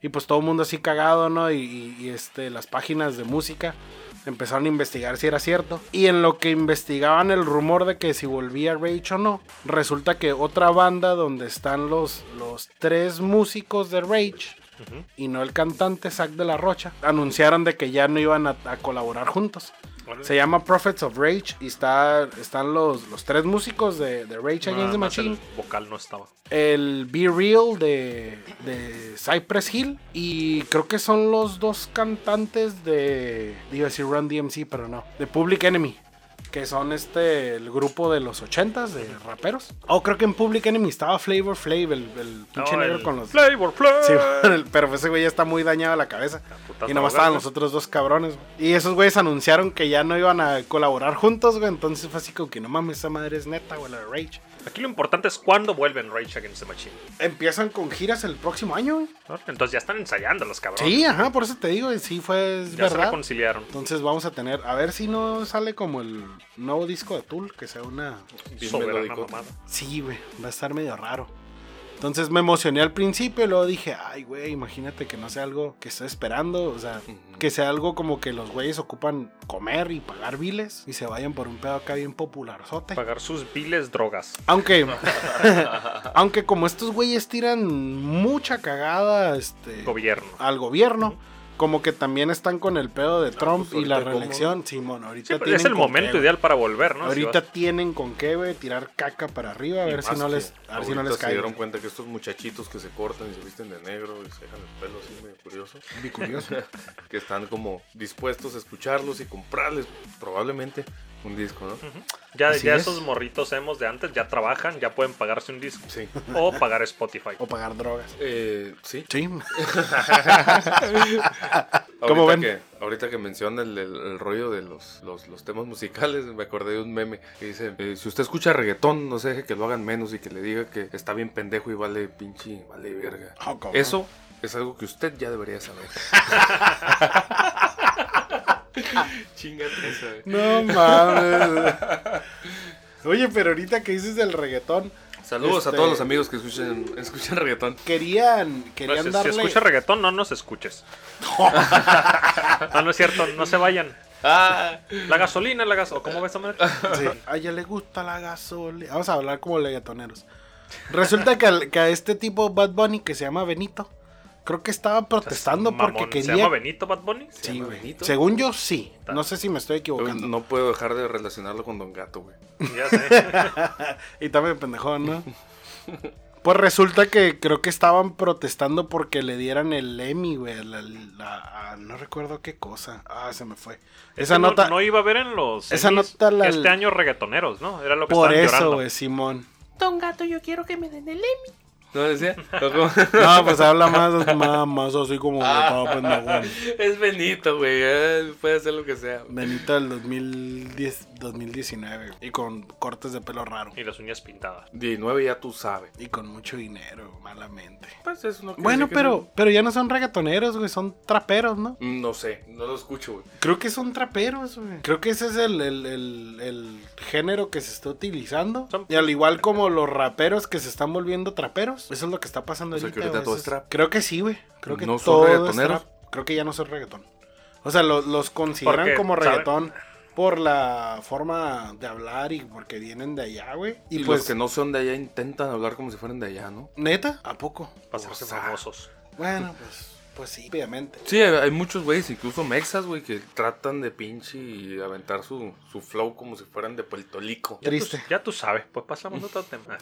Speaker 4: Y pues todo el mundo así cagado, ¿no? Y, y- y, este, las páginas de música empezaron a investigar si era cierto. Y en lo que investigaban el rumor de que si volvía Rage o no, resulta que otra banda donde están los, los tres músicos de Rage
Speaker 3: Ujú.
Speaker 4: y no el cantante Zack de la Rocha, anunciaron de que ya no iban a, a colaborar juntos.
Speaker 3: Órale.
Speaker 4: Se llama Prophets of Rage y está, están los, los tres músicos de, de Rage
Speaker 3: Nada
Speaker 4: Against the
Speaker 3: más
Speaker 4: Machine,
Speaker 3: El vocal no estaba.
Speaker 4: el Be Real de, de Cypress Hill y creo que son los dos cantantes de, iba a decir Run DMC, pero no, de Public Enemy. Que son este, el grupo de los 80s de raperos. Oh, creo que en Public Enemy estaba Flavor Flav, el, el pinche
Speaker 3: No,
Speaker 4: negro
Speaker 3: el
Speaker 4: con los.
Speaker 3: Flavor Flav.
Speaker 4: Sí, el- pero ese güey ya está muy dañado la cabeza.
Speaker 3: putas
Speaker 4: Y
Speaker 3: drogas,
Speaker 4: nomás estaban
Speaker 3: güey.
Speaker 4: los otros dos cabrones. güey. Y esos güeyes anunciaron que ya no iban a colaborar juntos, güey. Entonces fue así como que no mames, esa madre es neta, güey, la de Rage.
Speaker 3: Aquí lo importante es cuándo vuelven Rage Against the Machine.
Speaker 4: Empiezan con giras el próximo año, güey.
Speaker 3: ¿no? Entonces ya están ensayando los cabrones.
Speaker 4: Sí, ajá, por eso te digo, y sí fue, es
Speaker 3: ya se
Speaker 4: verdad.
Speaker 3: reconciliaron.
Speaker 4: Entonces vamos a tener, a ver si no sale como el nuevo disco de Tool, que sea una...
Speaker 5: Bien
Speaker 3: Soberana
Speaker 5: melódico.
Speaker 3: mamada.
Speaker 4: Sí, güey, va a estar medio raro. Entonces me emocioné al principio y luego dije, ay, güey, imagínate que no sea algo que estoy esperando. O sea,
Speaker 5: Ujú.
Speaker 4: que sea algo como que los güeyes ocupan comer y pagar biles y se vayan por un pedo acá bien popularzote.
Speaker 3: Pagar sus viles drogas.
Speaker 4: Aunque, aunque como estos güeyes tiran mucha cagada este,
Speaker 3: Gobierno.
Speaker 4: al gobierno, como que también están con el pedo de Trump
Speaker 5: pues
Speaker 4: y la
Speaker 5: ahorita cómo.
Speaker 4: reelección. Simón, ahorita
Speaker 3: Sí, pero
Speaker 4: tienen
Speaker 3: es el
Speaker 4: con
Speaker 3: momento
Speaker 4: qué, güey.
Speaker 3: ideal para volver, ¿no? Si
Speaker 4: ahorita
Speaker 3: vas-
Speaker 4: tienen con qué, güey, tirar caca para arriba, a
Speaker 5: Y
Speaker 4: ver si
Speaker 5: más
Speaker 4: no
Speaker 5: que
Speaker 4: les, a ver si no
Speaker 5: ahorita
Speaker 4: les
Speaker 5: se
Speaker 4: cae.
Speaker 5: dieron cuenta que estos muchachitos que se cortan y se visten de negro y se dejan el pelo así medio curioso,
Speaker 4: Muy curioso.
Speaker 5: que están como dispuestos a escucharlos y comprarles probablemente un disco, ¿no?
Speaker 3: ya
Speaker 4: así
Speaker 3: ya
Speaker 4: es.
Speaker 3: esos morritos hemos de antes ya trabajan, ya pueden pagarse un disco.
Speaker 5: Sí.
Speaker 3: O pagar Spotify.
Speaker 4: O pagar drogas.
Speaker 5: Eh, sí.
Speaker 4: Sí.
Speaker 5: Ahorita
Speaker 4: ¿Cómo ven?
Speaker 5: Que, ahorita que menciona el, el- el rollo de los, los, los temas musicales, me acordé de un meme que dice, eh, si usted escucha reggaetón, no se deje que lo hagan menos y que le diga que está bien pendejo y vale pinche, vale verga.
Speaker 4: Ah, cabrón.
Speaker 5: Eso es algo que usted ya debería saber. Chingate esa, güey.
Speaker 4: No mames. Oye, pero ahorita que dices del reggaetón,
Speaker 5: Saludos
Speaker 4: Este-
Speaker 5: a todos los amigos que escuchan, escuchan reggaetón.
Speaker 4: querían,
Speaker 3: No,
Speaker 4: querían
Speaker 3: si, si
Speaker 4: darle.
Speaker 3: escuchas reggaetón, no nos escuches. no, no es cierto, no se vayan.
Speaker 4: Ah.
Speaker 3: La gasolina, la gasolina. ¿Cómo ves, madre?
Speaker 4: Sí. A ella le gusta la gasolina. Vamos a hablar como reggaetoneros. Resulta que, al- que a este tipo Bad Bunny que se llama Benito, creo que estaba protestando porque
Speaker 3: Mamón,
Speaker 4: quería.
Speaker 3: ¿Se llama Benito Bad Bunny?
Speaker 4: Sí,
Speaker 5: llama
Speaker 4: güey.
Speaker 5: Benito?
Speaker 4: Según yo sí. No sé si me estoy equivocando.
Speaker 5: No puedo dejar de relacionarlo con Don Gato, güey.
Speaker 3: Ya sé.
Speaker 4: Y también pendejón, ¿no? Pues resulta que creo que estaban protestando porque le dieran el Emmy, güey. la- la- a- no recuerdo qué cosa. Ah, se me fue. Esa
Speaker 3: No-
Speaker 4: nota.
Speaker 3: No, iba a haber en los.
Speaker 4: esa
Speaker 3: Emmys
Speaker 4: nota la-
Speaker 3: Este año reggaetoneros, ¿no? Era lo que
Speaker 4: por
Speaker 3: estaban
Speaker 4: eso,
Speaker 3: llorando.
Speaker 4: güey, Simón.
Speaker 6: Don Gato, yo quiero que me den el Emmy.
Speaker 5: ¿No decía? ¿O cómo?
Speaker 4: No, pues habla más, más, más así como de todo
Speaker 5: Ah,
Speaker 4: pendejón.
Speaker 5: es Benito, güey. él Puede hacer lo que sea.
Speaker 4: Benito del 2010, 2019. güey, Y con cortes de pelo raro.
Speaker 3: Y las uñas pintadas.
Speaker 5: 19 ya tú sabes.
Speaker 4: Y con mucho dinero, malamente.
Speaker 5: Pues eso no quiere
Speaker 4: Bueno,
Speaker 5: decir que
Speaker 4: pero, pero ya no son reggaetoneros, güey. Son traperos, ¿no?
Speaker 5: No, no sé, no lo escucho, güey.
Speaker 4: Creo que son traperos, güey. Creo que ese es el, el- el- el género que se está utilizando.
Speaker 3: Son-
Speaker 4: Y al igual como los raperos que se están volviendo traperos. Eso es lo que está pasando
Speaker 5: O sea,
Speaker 4: ahorita.
Speaker 5: que ahorita
Speaker 4: güey,
Speaker 5: todo
Speaker 4: eso
Speaker 5: es trap.
Speaker 4: Creo que sí, güey. Creo que
Speaker 5: ¿No son
Speaker 4: todo es
Speaker 5: reggaetoneros?
Speaker 4: trap. Creo que ya no son reggaetón. O sea, lo- los consideran
Speaker 3: Porque,
Speaker 4: como
Speaker 3: ¿saben?
Speaker 4: reggaetón por la forma de hablar y porque vienen de allá, güey.
Speaker 5: Y,
Speaker 4: Y, pues,
Speaker 5: los que no son de allá intentan hablar como si fueran de allá, ¿no?
Speaker 4: ¿Neta? ¿A poco?
Speaker 3: Para hacerse
Speaker 4: O sea,
Speaker 3: famosos.
Speaker 4: Bueno, pues, pues sí, obviamente.
Speaker 5: Sí, hay hay muchos güeyes, incluso mexas, güey, que tratan de pinche y aventar su, su flow como si fueran de Puerto Rico.
Speaker 3: Ya tú-
Speaker 4: Triste.
Speaker 3: ya tú sabes, pues pasamos a otro tema.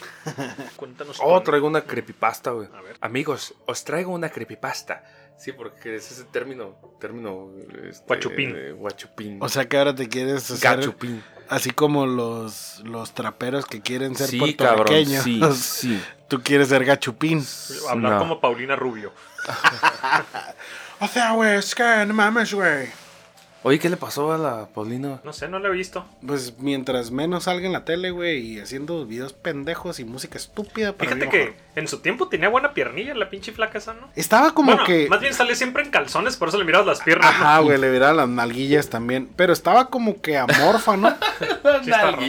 Speaker 3: Cuéntanos.
Speaker 5: Oh,
Speaker 3: tú.
Speaker 5: traigo una creepypasta, güey.
Speaker 3: A ver.
Speaker 5: Amigos, os traigo una creepypasta. Sí, porque ese es el término, término... este,
Speaker 3: Guachupín.
Speaker 5: eh, guachupín.
Speaker 4: O sea que ahora te quieres hacer...
Speaker 5: gachupín.
Speaker 4: Así como los, los traperos que quieren ser
Speaker 5: Sí, cabrón,
Speaker 4: puertorriqueños.
Speaker 5: sí, sí.
Speaker 4: Tú quieres ser gachupín.
Speaker 3: Hablar
Speaker 5: No.
Speaker 3: como Paulina Rubio.
Speaker 4: O sea, güey, es que no mames, güey.
Speaker 5: Oye, ¿qué le pasó a la Paulina?
Speaker 3: No sé, no la he visto.
Speaker 4: Pues mientras menos salga en la tele, güey, y haciendo videos pendejos y música estúpida para
Speaker 3: Fíjate
Speaker 4: mí,
Speaker 3: que
Speaker 4: mejor.
Speaker 3: en su tiempo tenía buena piernilla la pinche flaca esa, ¿no?
Speaker 4: Estaba como
Speaker 3: bueno,
Speaker 4: que...
Speaker 3: más bien sale siempre en calzones, por eso le mirabas las piernas. ¿no?
Speaker 4: Ajá, güey, le verán las nalguillas también. Pero estaba como que amorfa, ¿no?
Speaker 3: Sí está raro.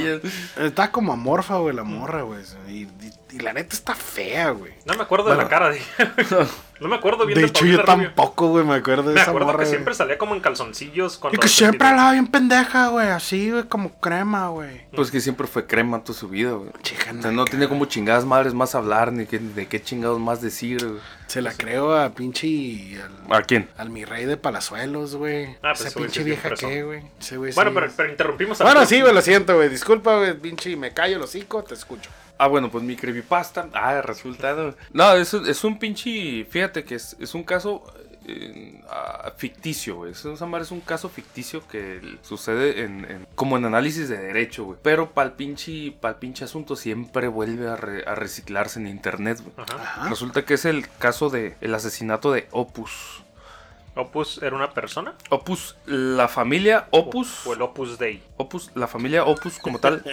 Speaker 4: estaba como amorfa, güey, la morra, güey. Y, y- y la neta está fea, güey.
Speaker 3: No me acuerdo de la cara. De... no me acuerdo bien
Speaker 4: De
Speaker 3: de,
Speaker 4: hecho, yo
Speaker 3: Paulina Rubio.
Speaker 4: tampoco, güey, me acuerdo de
Speaker 3: Me
Speaker 4: esa
Speaker 3: acuerdo
Speaker 4: morra,
Speaker 3: que
Speaker 4: güey.
Speaker 3: siempre salía como en calzoncillos.
Speaker 4: Y
Speaker 3: Cuando
Speaker 4: que siempre
Speaker 3: vestida.
Speaker 4: hablaba bien pendeja, güey, así, güey, como crema, güey.
Speaker 5: Pues que siempre fue crema toda su vida, güey. O sea,
Speaker 4: Chingada.
Speaker 5: no tiene como chingadas madres más hablar, ni que, de qué chingados más decir. güey.
Speaker 4: Se la creo a pinche. Al,
Speaker 5: ¿A quién?
Speaker 4: al mi rey de Palazuelos, güey.
Speaker 3: Ah, pues ese
Speaker 4: Esa
Speaker 3: güey
Speaker 4: pinche
Speaker 3: sí es
Speaker 4: vieja
Speaker 3: bien preso.
Speaker 4: que, güey. Ese güey
Speaker 3: Bueno,
Speaker 4: sí
Speaker 3: pero,
Speaker 4: es-
Speaker 3: pero interrumpimos a
Speaker 4: Bueno,
Speaker 3: Paul.
Speaker 4: sí, güey, lo siento, güey. Disculpa, güey, pinche. Me callo el hocico, te escucho.
Speaker 5: Ah, bueno, pues mi creepypasta. Ah, resultado. No, es, es un pinche. Fíjate que es, es un caso eh, ah, ficticio, güey. Es, esa madre es un caso ficticio que el- sucede en, en- como en análisis de derecho, güey. Pero pa'l pinche, pa'l pinche asunto siempre vuelve a, re- a reciclarse en internet, güey.
Speaker 3: Ajá.
Speaker 5: Resulta que es el caso de el asesinato de Opus.
Speaker 3: Opus era una persona.
Speaker 5: Opus, la familia Opus.
Speaker 3: O el Opus Dei.
Speaker 5: Opus, la familia Opus como tal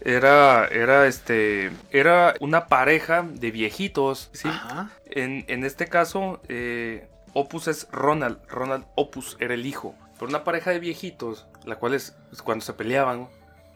Speaker 5: era, era este, era una pareja de viejitos, ¿sí?
Speaker 4: Ajá.
Speaker 5: En, en este caso, eh, Opus es Ronald, Ronald Opus era el hijo, pero una pareja de viejitos, la cual es pues, cuando se peleaban,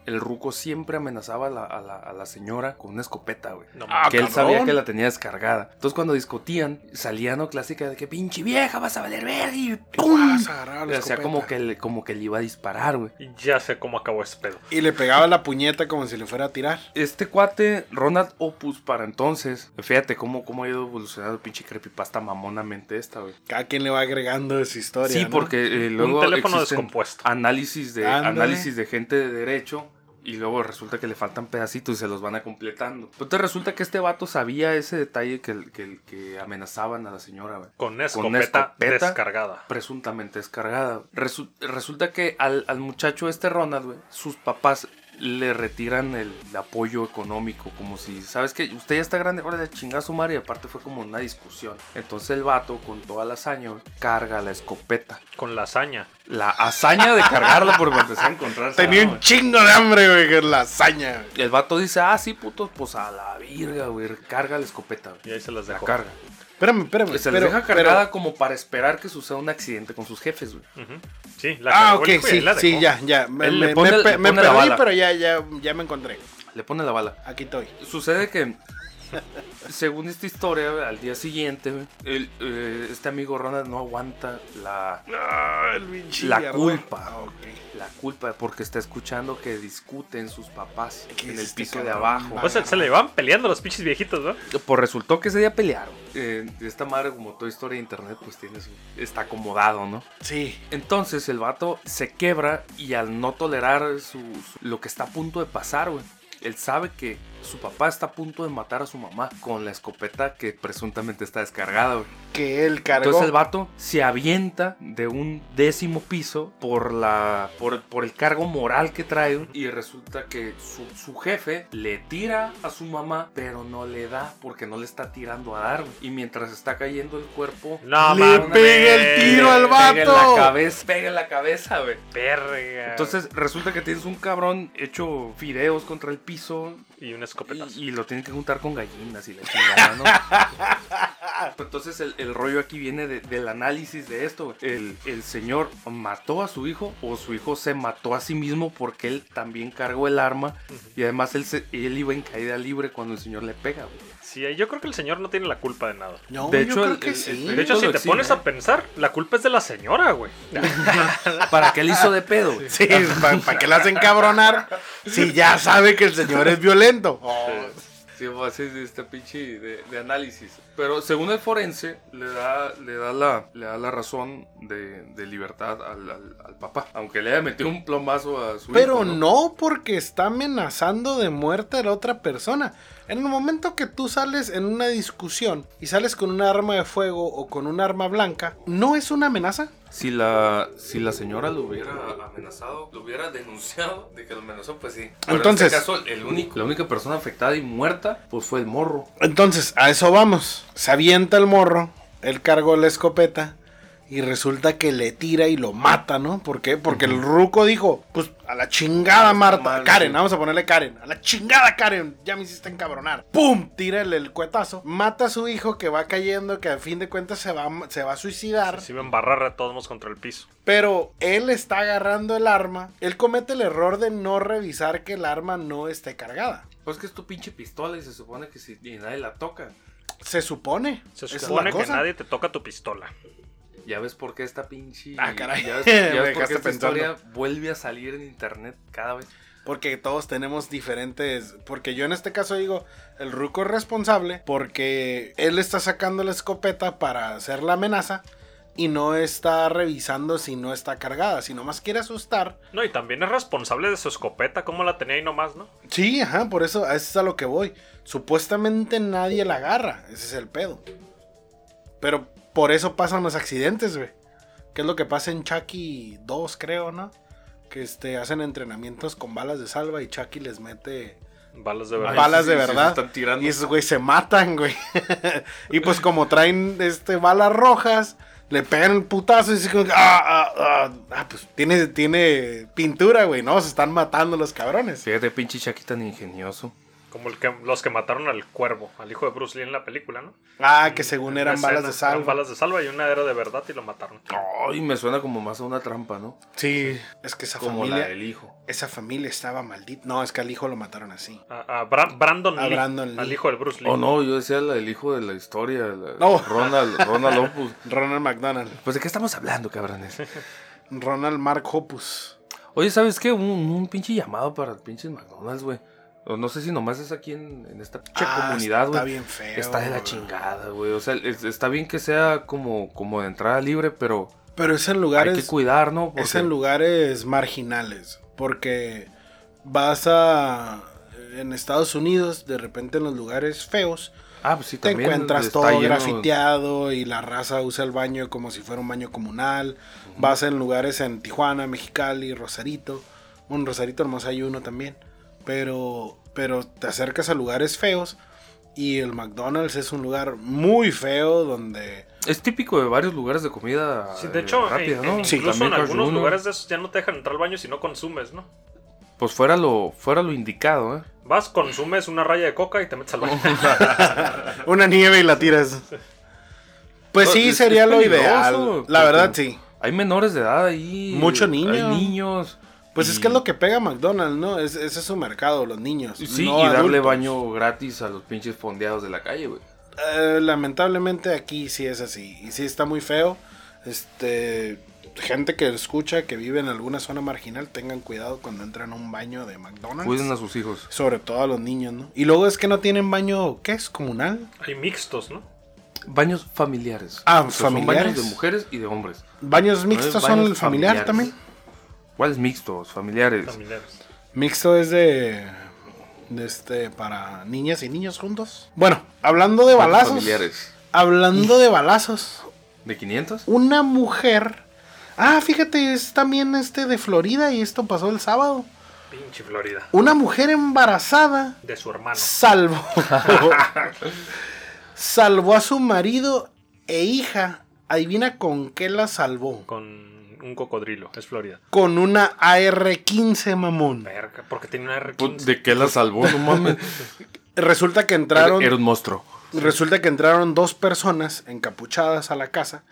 Speaker 5: el ruco siempre amenazaba a la, a la- a la señora con una escopeta, güey.
Speaker 3: No
Speaker 5: que él
Speaker 4: cabrón.
Speaker 5: sabía que la tenía descargada. Entonces cuando discutían, salía no clásica de que pinche vieja vas a valer verga y ¡pum!
Speaker 4: Vas a agarrar la
Speaker 5: Le hacía
Speaker 4: escopeta.
Speaker 5: como que, le- como que le iba a disparar, güey.
Speaker 3: mames. Ya sé cómo acabó ese pedo.
Speaker 4: Y le pegaba la puñeta como si le fuera a tirar.
Speaker 5: Este cuate, Ronald Opus, para entonces, fíjate cómo, cómo ha ido evolucionando pinche creepypasta mamonamente esta, güey.
Speaker 4: Cada quien le va agregando su historia.
Speaker 5: Sí,
Speaker 4: ¿no?
Speaker 5: porque eh, luego
Speaker 3: Un teléfono
Speaker 5: existen
Speaker 3: descompuesto.
Speaker 5: análisis de
Speaker 4: Ándale.
Speaker 5: análisis de gente de derecho y luego resulta que le faltan pedacitos y se los van a completando. Entonces resulta que este vato sabía ese detalle que, el- que, el- que amenazaban a la señora, güey.
Speaker 3: Con una
Speaker 5: Con una
Speaker 3: escopeta,
Speaker 5: escopeta.
Speaker 3: descargada.
Speaker 5: presuntamente descargada. Resu- resulta que al, al muchacho este Ronald, güey, sus papás le retiran el, el apoyo económico, como si, ¿sabes qué? Usted ya está grande, ahora de chingar a su madre, y aparte fue como una discusión. Entonces el vato, con toda la hazaña, güey, carga la escopeta.
Speaker 3: Con lasaña.
Speaker 5: La hazaña de cargarla por empezar a encontrarse.
Speaker 4: Tenía
Speaker 3: Ah,
Speaker 4: un chingo de hambre, güey, que es lasaña, güey.
Speaker 5: El vato dice, ah, sí, putos, pues a la virga, güey, carga la escopeta,
Speaker 3: Y
Speaker 5: güey.
Speaker 3: ahí se las
Speaker 5: La
Speaker 3: dejó.
Speaker 5: carga.
Speaker 4: Espérame, espérame.
Speaker 5: Se la
Speaker 4: pero-
Speaker 5: deja
Speaker 4: pero-
Speaker 5: cargada como para esperar que suceda un accidente con sus jefes, güey.
Speaker 3: Ujú. Sí, la
Speaker 4: Ah,
Speaker 3: cargó
Speaker 4: ok,
Speaker 3: el hijo y
Speaker 4: sí,
Speaker 3: ahí la
Speaker 4: sí,
Speaker 3: dejó.
Speaker 4: ya, ya. Me,
Speaker 5: Él le
Speaker 4: me-
Speaker 5: pone-
Speaker 4: me
Speaker 5: le
Speaker 4: pe- me
Speaker 5: pone la
Speaker 4: perdí,
Speaker 5: bala.
Speaker 4: pero ya, ya, ya me encontré.
Speaker 5: Le pone la bala.
Speaker 4: Aquí estoy.
Speaker 5: Sucede que, según esta historia, güey, al día siguiente, güey, el, eh, este amigo Ronald no aguanta la, la
Speaker 4: Ah,
Speaker 5: culpa.
Speaker 4: ok.
Speaker 5: La culpa porque está escuchando que discuten sus papás
Speaker 4: ¿Qué
Speaker 5: en
Speaker 4: es
Speaker 5: el
Speaker 4: este
Speaker 5: piso de
Speaker 4: cabrón?
Speaker 5: abajo.
Speaker 3: O sea, se le van peleando los pinches viejitos, ¿no?
Speaker 5: Pues resultó que ese día pelearon. Eh, esta madre, como toda historia de internet, pues tiene su- está acomodado, ¿no?
Speaker 4: Sí.
Speaker 5: Entonces el vato se quebra y al no tolerar su- su- lo que está a punto de pasar, güey, él sabe que su papá está a punto de matar a su mamá con la escopeta que presuntamente está descargada, güey.
Speaker 4: Que él cargó.
Speaker 5: Entonces el vato se avienta de un décimo piso por la por, por el cargo moral que trae güey, y resulta que su, su jefe le tira a su mamá, pero no le da porque no le está tirando a dar. güey. Y mientras está cayendo el cuerpo,
Speaker 3: No
Speaker 4: Le
Speaker 3: mames.
Speaker 4: pega el tiro al vato.
Speaker 5: Pega en la cabeza, pega en la cabeza, güey.
Speaker 3: Verga.
Speaker 5: Entonces resulta que tienes un cabrón hecho fideos contra el piso
Speaker 3: Y un escopetazo.
Speaker 5: y, y lo tienen que juntar con gallinas y la chingada, ¿no? Pues Entonces el, el rollo aquí viene de- del análisis de esto. güey. El, el señor mató a su hijo o su hijo se mató a sí mismo porque él también cargó el arma y además él, se- él iba en caída libre cuando el señor le pega, güey.
Speaker 3: Sí, yo creo que el señor no tiene la culpa de nada.
Speaker 4: No,
Speaker 5: de
Speaker 4: yo
Speaker 5: hecho,
Speaker 4: creo
Speaker 5: el-
Speaker 4: que
Speaker 5: el-
Speaker 4: sí.
Speaker 5: el-
Speaker 3: De hecho,
Speaker 5: Esto
Speaker 3: si
Speaker 5: lo
Speaker 3: te
Speaker 5: exime,
Speaker 3: pones
Speaker 5: ¿eh?
Speaker 3: a pensar, la culpa es de la señora, güey.
Speaker 5: ¿Para qué le hizo de pedo? güey?
Speaker 4: Sí, ¿para qué la hacen cabronar? Si ya sabe que el señor es violento.
Speaker 5: Sí, pues, sí, sí, este pinche de, de análisis. Pero según el forense, le da, le da, la, le da la razón de, de libertad al, al- al papá. Aunque le haya metido un plomazo a su hijo.
Speaker 4: Pero no porque está amenazando de muerte a la otra persona. En el momento que tú sales en una discusión y sales con un arma de fuego o con un arma blanca, ¿no es una amenaza?
Speaker 5: Si la, si la señora lo hubiera amenazado, lo hubiera denunciado de que lo amenazó, pues sí. Pero
Speaker 4: Entonces-
Speaker 5: en este caso, el único, la única persona afectada y muerta, pues fue el morro.
Speaker 4: Entonces, a eso vamos. Se avienta el morro, él cargó la escopeta y resulta que le tira y lo mata, ¿no? ¿Por qué? Porque el ruco dijo, pues a la chingada
Speaker 5: Está
Speaker 4: Marta,
Speaker 5: mal,
Speaker 4: Karen,
Speaker 5: sí.
Speaker 4: vamos a ponerle Karen, a la chingada Karen, ya me hiciste encabronar. ¡Pum! Tírale el cuetazo, mata a su hijo que va cayendo, que a fin de cuentas se va, a- se va a suicidar,
Speaker 3: Si me embarrar a todos contra el piso.
Speaker 4: pero él está agarrando el arma, él comete el error de no revisar que el arma no esté cargada.
Speaker 5: Pues que es tu pinche pistola y se supone que si y nadie la toca.
Speaker 4: Se supone.
Speaker 3: Se
Speaker 4: Esa es la
Speaker 3: supone que
Speaker 4: cosa.
Speaker 3: nadie te toca tu pistola.
Speaker 5: Ya ves por qué esta pinche.
Speaker 4: Ah, caray.
Speaker 5: Ya ves,
Speaker 4: Me
Speaker 5: ya ves por
Speaker 4: dejaste
Speaker 5: qué esta
Speaker 4: pensando.
Speaker 5: historia vuelve a salir en internet cada vez.
Speaker 4: Porque todos tenemos diferentes. Porque yo en este caso digo, el ruco es responsable porque él está sacando la escopeta para hacer la amenaza y no está revisando si no está cargada, si nomás quiere asustar.
Speaker 3: No, y también es responsable de su escopeta, cómo la tenía y nomás, ¿no?
Speaker 4: Sí, ajá, por eso a eso es a lo que voy. Supuestamente nadie la agarra, ese es el pedo. Pero por eso pasan los accidentes, güey. Que es lo que pasa en Chucky 2, creo, ¿no? Que este, hacen entrenamientos con balas de salva y Chucky les mete
Speaker 3: Balas de
Speaker 5: Ay,
Speaker 3: verdad.
Speaker 4: balas
Speaker 5: sí,
Speaker 4: de
Speaker 5: sí, sí,
Speaker 4: verdad.
Speaker 5: se están tirando.
Speaker 4: Y esos güey se matan, güey. y pues como traen este balas rojas, le pegan el putazo y dicen como que, ah, ah, ah, ah, pues tiene, tiene pintura, güey, ¿no? Se están matando los cabrones.
Speaker 5: Fíjate, pinche Chucky tan ingenioso.
Speaker 3: Como el que, los que mataron al cuervo, al hijo de Bruce Lee en la película, ¿no?
Speaker 4: Ah, que según eran
Speaker 3: Una
Speaker 4: balas
Speaker 3: escena,
Speaker 4: de
Speaker 3: eran
Speaker 4: salva.
Speaker 3: balas de salva y una era de verdad y lo mataron.
Speaker 5: Ay, me suena como más a una trampa, ¿no?
Speaker 4: Sí, es que esa
Speaker 5: Como la
Speaker 4: familia,
Speaker 5: del hijo.
Speaker 4: esa familia estaba maldita. No, es que al hijo lo mataron así.
Speaker 3: A, a Bra- Brandon,
Speaker 4: A
Speaker 3: Lee,
Speaker 4: Brandon Lee.
Speaker 3: al hijo de Bruce Lee.
Speaker 5: Oh, no, yo decía la del hijo de la historia. la-
Speaker 4: No.
Speaker 5: Ronald, Ronald Opus.
Speaker 4: Ronald McDonald,
Speaker 5: Pues de qué estamos hablando, cabrones.
Speaker 4: Ronald Mark Hopus.
Speaker 5: Oye, ¿sabes qué? Un, un pinche llamado para el pinche McDonald's, güey. O No sé si nomás es aquí en, en esta pinche
Speaker 4: Ah,
Speaker 5: comunidad, güey.
Speaker 4: está bien feo,
Speaker 5: Está de la
Speaker 4: güey.
Speaker 5: chingada, güey. O sea, es- está bien que sea como, como de entrada libre, pero
Speaker 4: Pero es en
Speaker 5: hay
Speaker 4: lugares.
Speaker 5: que cuidar, ¿no?
Speaker 4: Es
Speaker 5: Porque-
Speaker 4: en lugares marginales, porque vas a... En Estados Unidos, de repente en los lugares feos,
Speaker 5: Ah, pues sí,
Speaker 4: te
Speaker 5: también
Speaker 4: encuentras
Speaker 5: está
Speaker 4: todo
Speaker 5: lleno-
Speaker 4: grafiteado y la raza usa el baño como si fuera un baño comunal. Vas en lugares en Tijuana, Mexicali, Rosarito. Un Rosarito hermoso hay uno también. Pero, pero te acercas a lugares feos y el McDonald's es un lugar muy feo donde...
Speaker 5: Es típico de varios lugares de comida
Speaker 3: Sí, de
Speaker 5: eh,
Speaker 3: hecho,
Speaker 5: rápida,
Speaker 3: en-
Speaker 5: ¿no?
Speaker 3: en-
Speaker 4: Sí,
Speaker 3: incluso
Speaker 5: También
Speaker 3: en algunos
Speaker 5: Cancún, ¿no?
Speaker 3: lugares de esos ya no te dejan entrar al baño si no consumes, ¿no?
Speaker 5: Pues fuera lo, fuera lo indicado, ¿eh?
Speaker 3: Vas, consumes una raya de coca y te metes al
Speaker 5: Oh,
Speaker 3: baño.
Speaker 4: Una nieve y la tiras. Pues
Speaker 5: No,
Speaker 4: sí,
Speaker 5: es-
Speaker 4: sería
Speaker 5: es
Speaker 4: lo
Speaker 5: peligroso,
Speaker 4: ideal. La
Speaker 5: porque
Speaker 4: verdad, sí.
Speaker 5: Hay menores de edad ahí.
Speaker 4: Mucho niño.
Speaker 5: Hay niños.
Speaker 4: Pues
Speaker 5: y-
Speaker 4: es que es lo que pega McDonald's, ¿no? Es, ese es su mercado, los niños.
Speaker 5: Sí,
Speaker 4: no
Speaker 5: y darle
Speaker 4: adultos.
Speaker 5: baño gratis a los pinches fondeados de la calle, güey.
Speaker 4: Eh, lamentablemente aquí sí es así. Y sí está muy feo. Este. Gente que escucha que vive en alguna zona marginal, tengan cuidado cuando entran a un baño de McDonald's.
Speaker 5: Cuiden a sus hijos.
Speaker 4: Sobre todo a los niños, ¿no? Y luego es que no tienen baño, ¿qué es? ¿Comunal?
Speaker 3: Hay mixtos, ¿no?
Speaker 5: Baños familiares.
Speaker 4: Ah,
Speaker 5: O sea, son
Speaker 4: familiares.
Speaker 5: baños de mujeres y de hombres.
Speaker 4: ¿Baños
Speaker 5: No es
Speaker 4: mixtos son
Speaker 5: baños
Speaker 4: el familiar
Speaker 5: familiares.
Speaker 4: también?
Speaker 5: ¿Cuáles mixtos? Familiares.
Speaker 3: Familiares.
Speaker 4: Mixto es de. este, para niñas y niños juntos. Bueno, hablando de balazos.
Speaker 5: familiares.
Speaker 4: Hablando de balazos.
Speaker 5: ¿De 500?
Speaker 4: Una mujer. Ah, fíjate, es también este de Florida y esto pasó el sábado.
Speaker 3: Pinche Florida.
Speaker 4: Una mujer embarazada
Speaker 3: De su hermano.
Speaker 4: salvó. salvó a su marido e hija. Adivina con qué la salvó.
Speaker 3: Con un cocodrilo. Es Florida.
Speaker 4: Con una AR-15, mamón.
Speaker 3: Verga, porque tiene una
Speaker 5: Put-
Speaker 3: R15.
Speaker 5: ¿De qué la salvó? No mames.
Speaker 4: Resulta que entraron.
Speaker 5: Era un monstruo.
Speaker 4: Resulta que entraron dos personas encapuchadas a la casa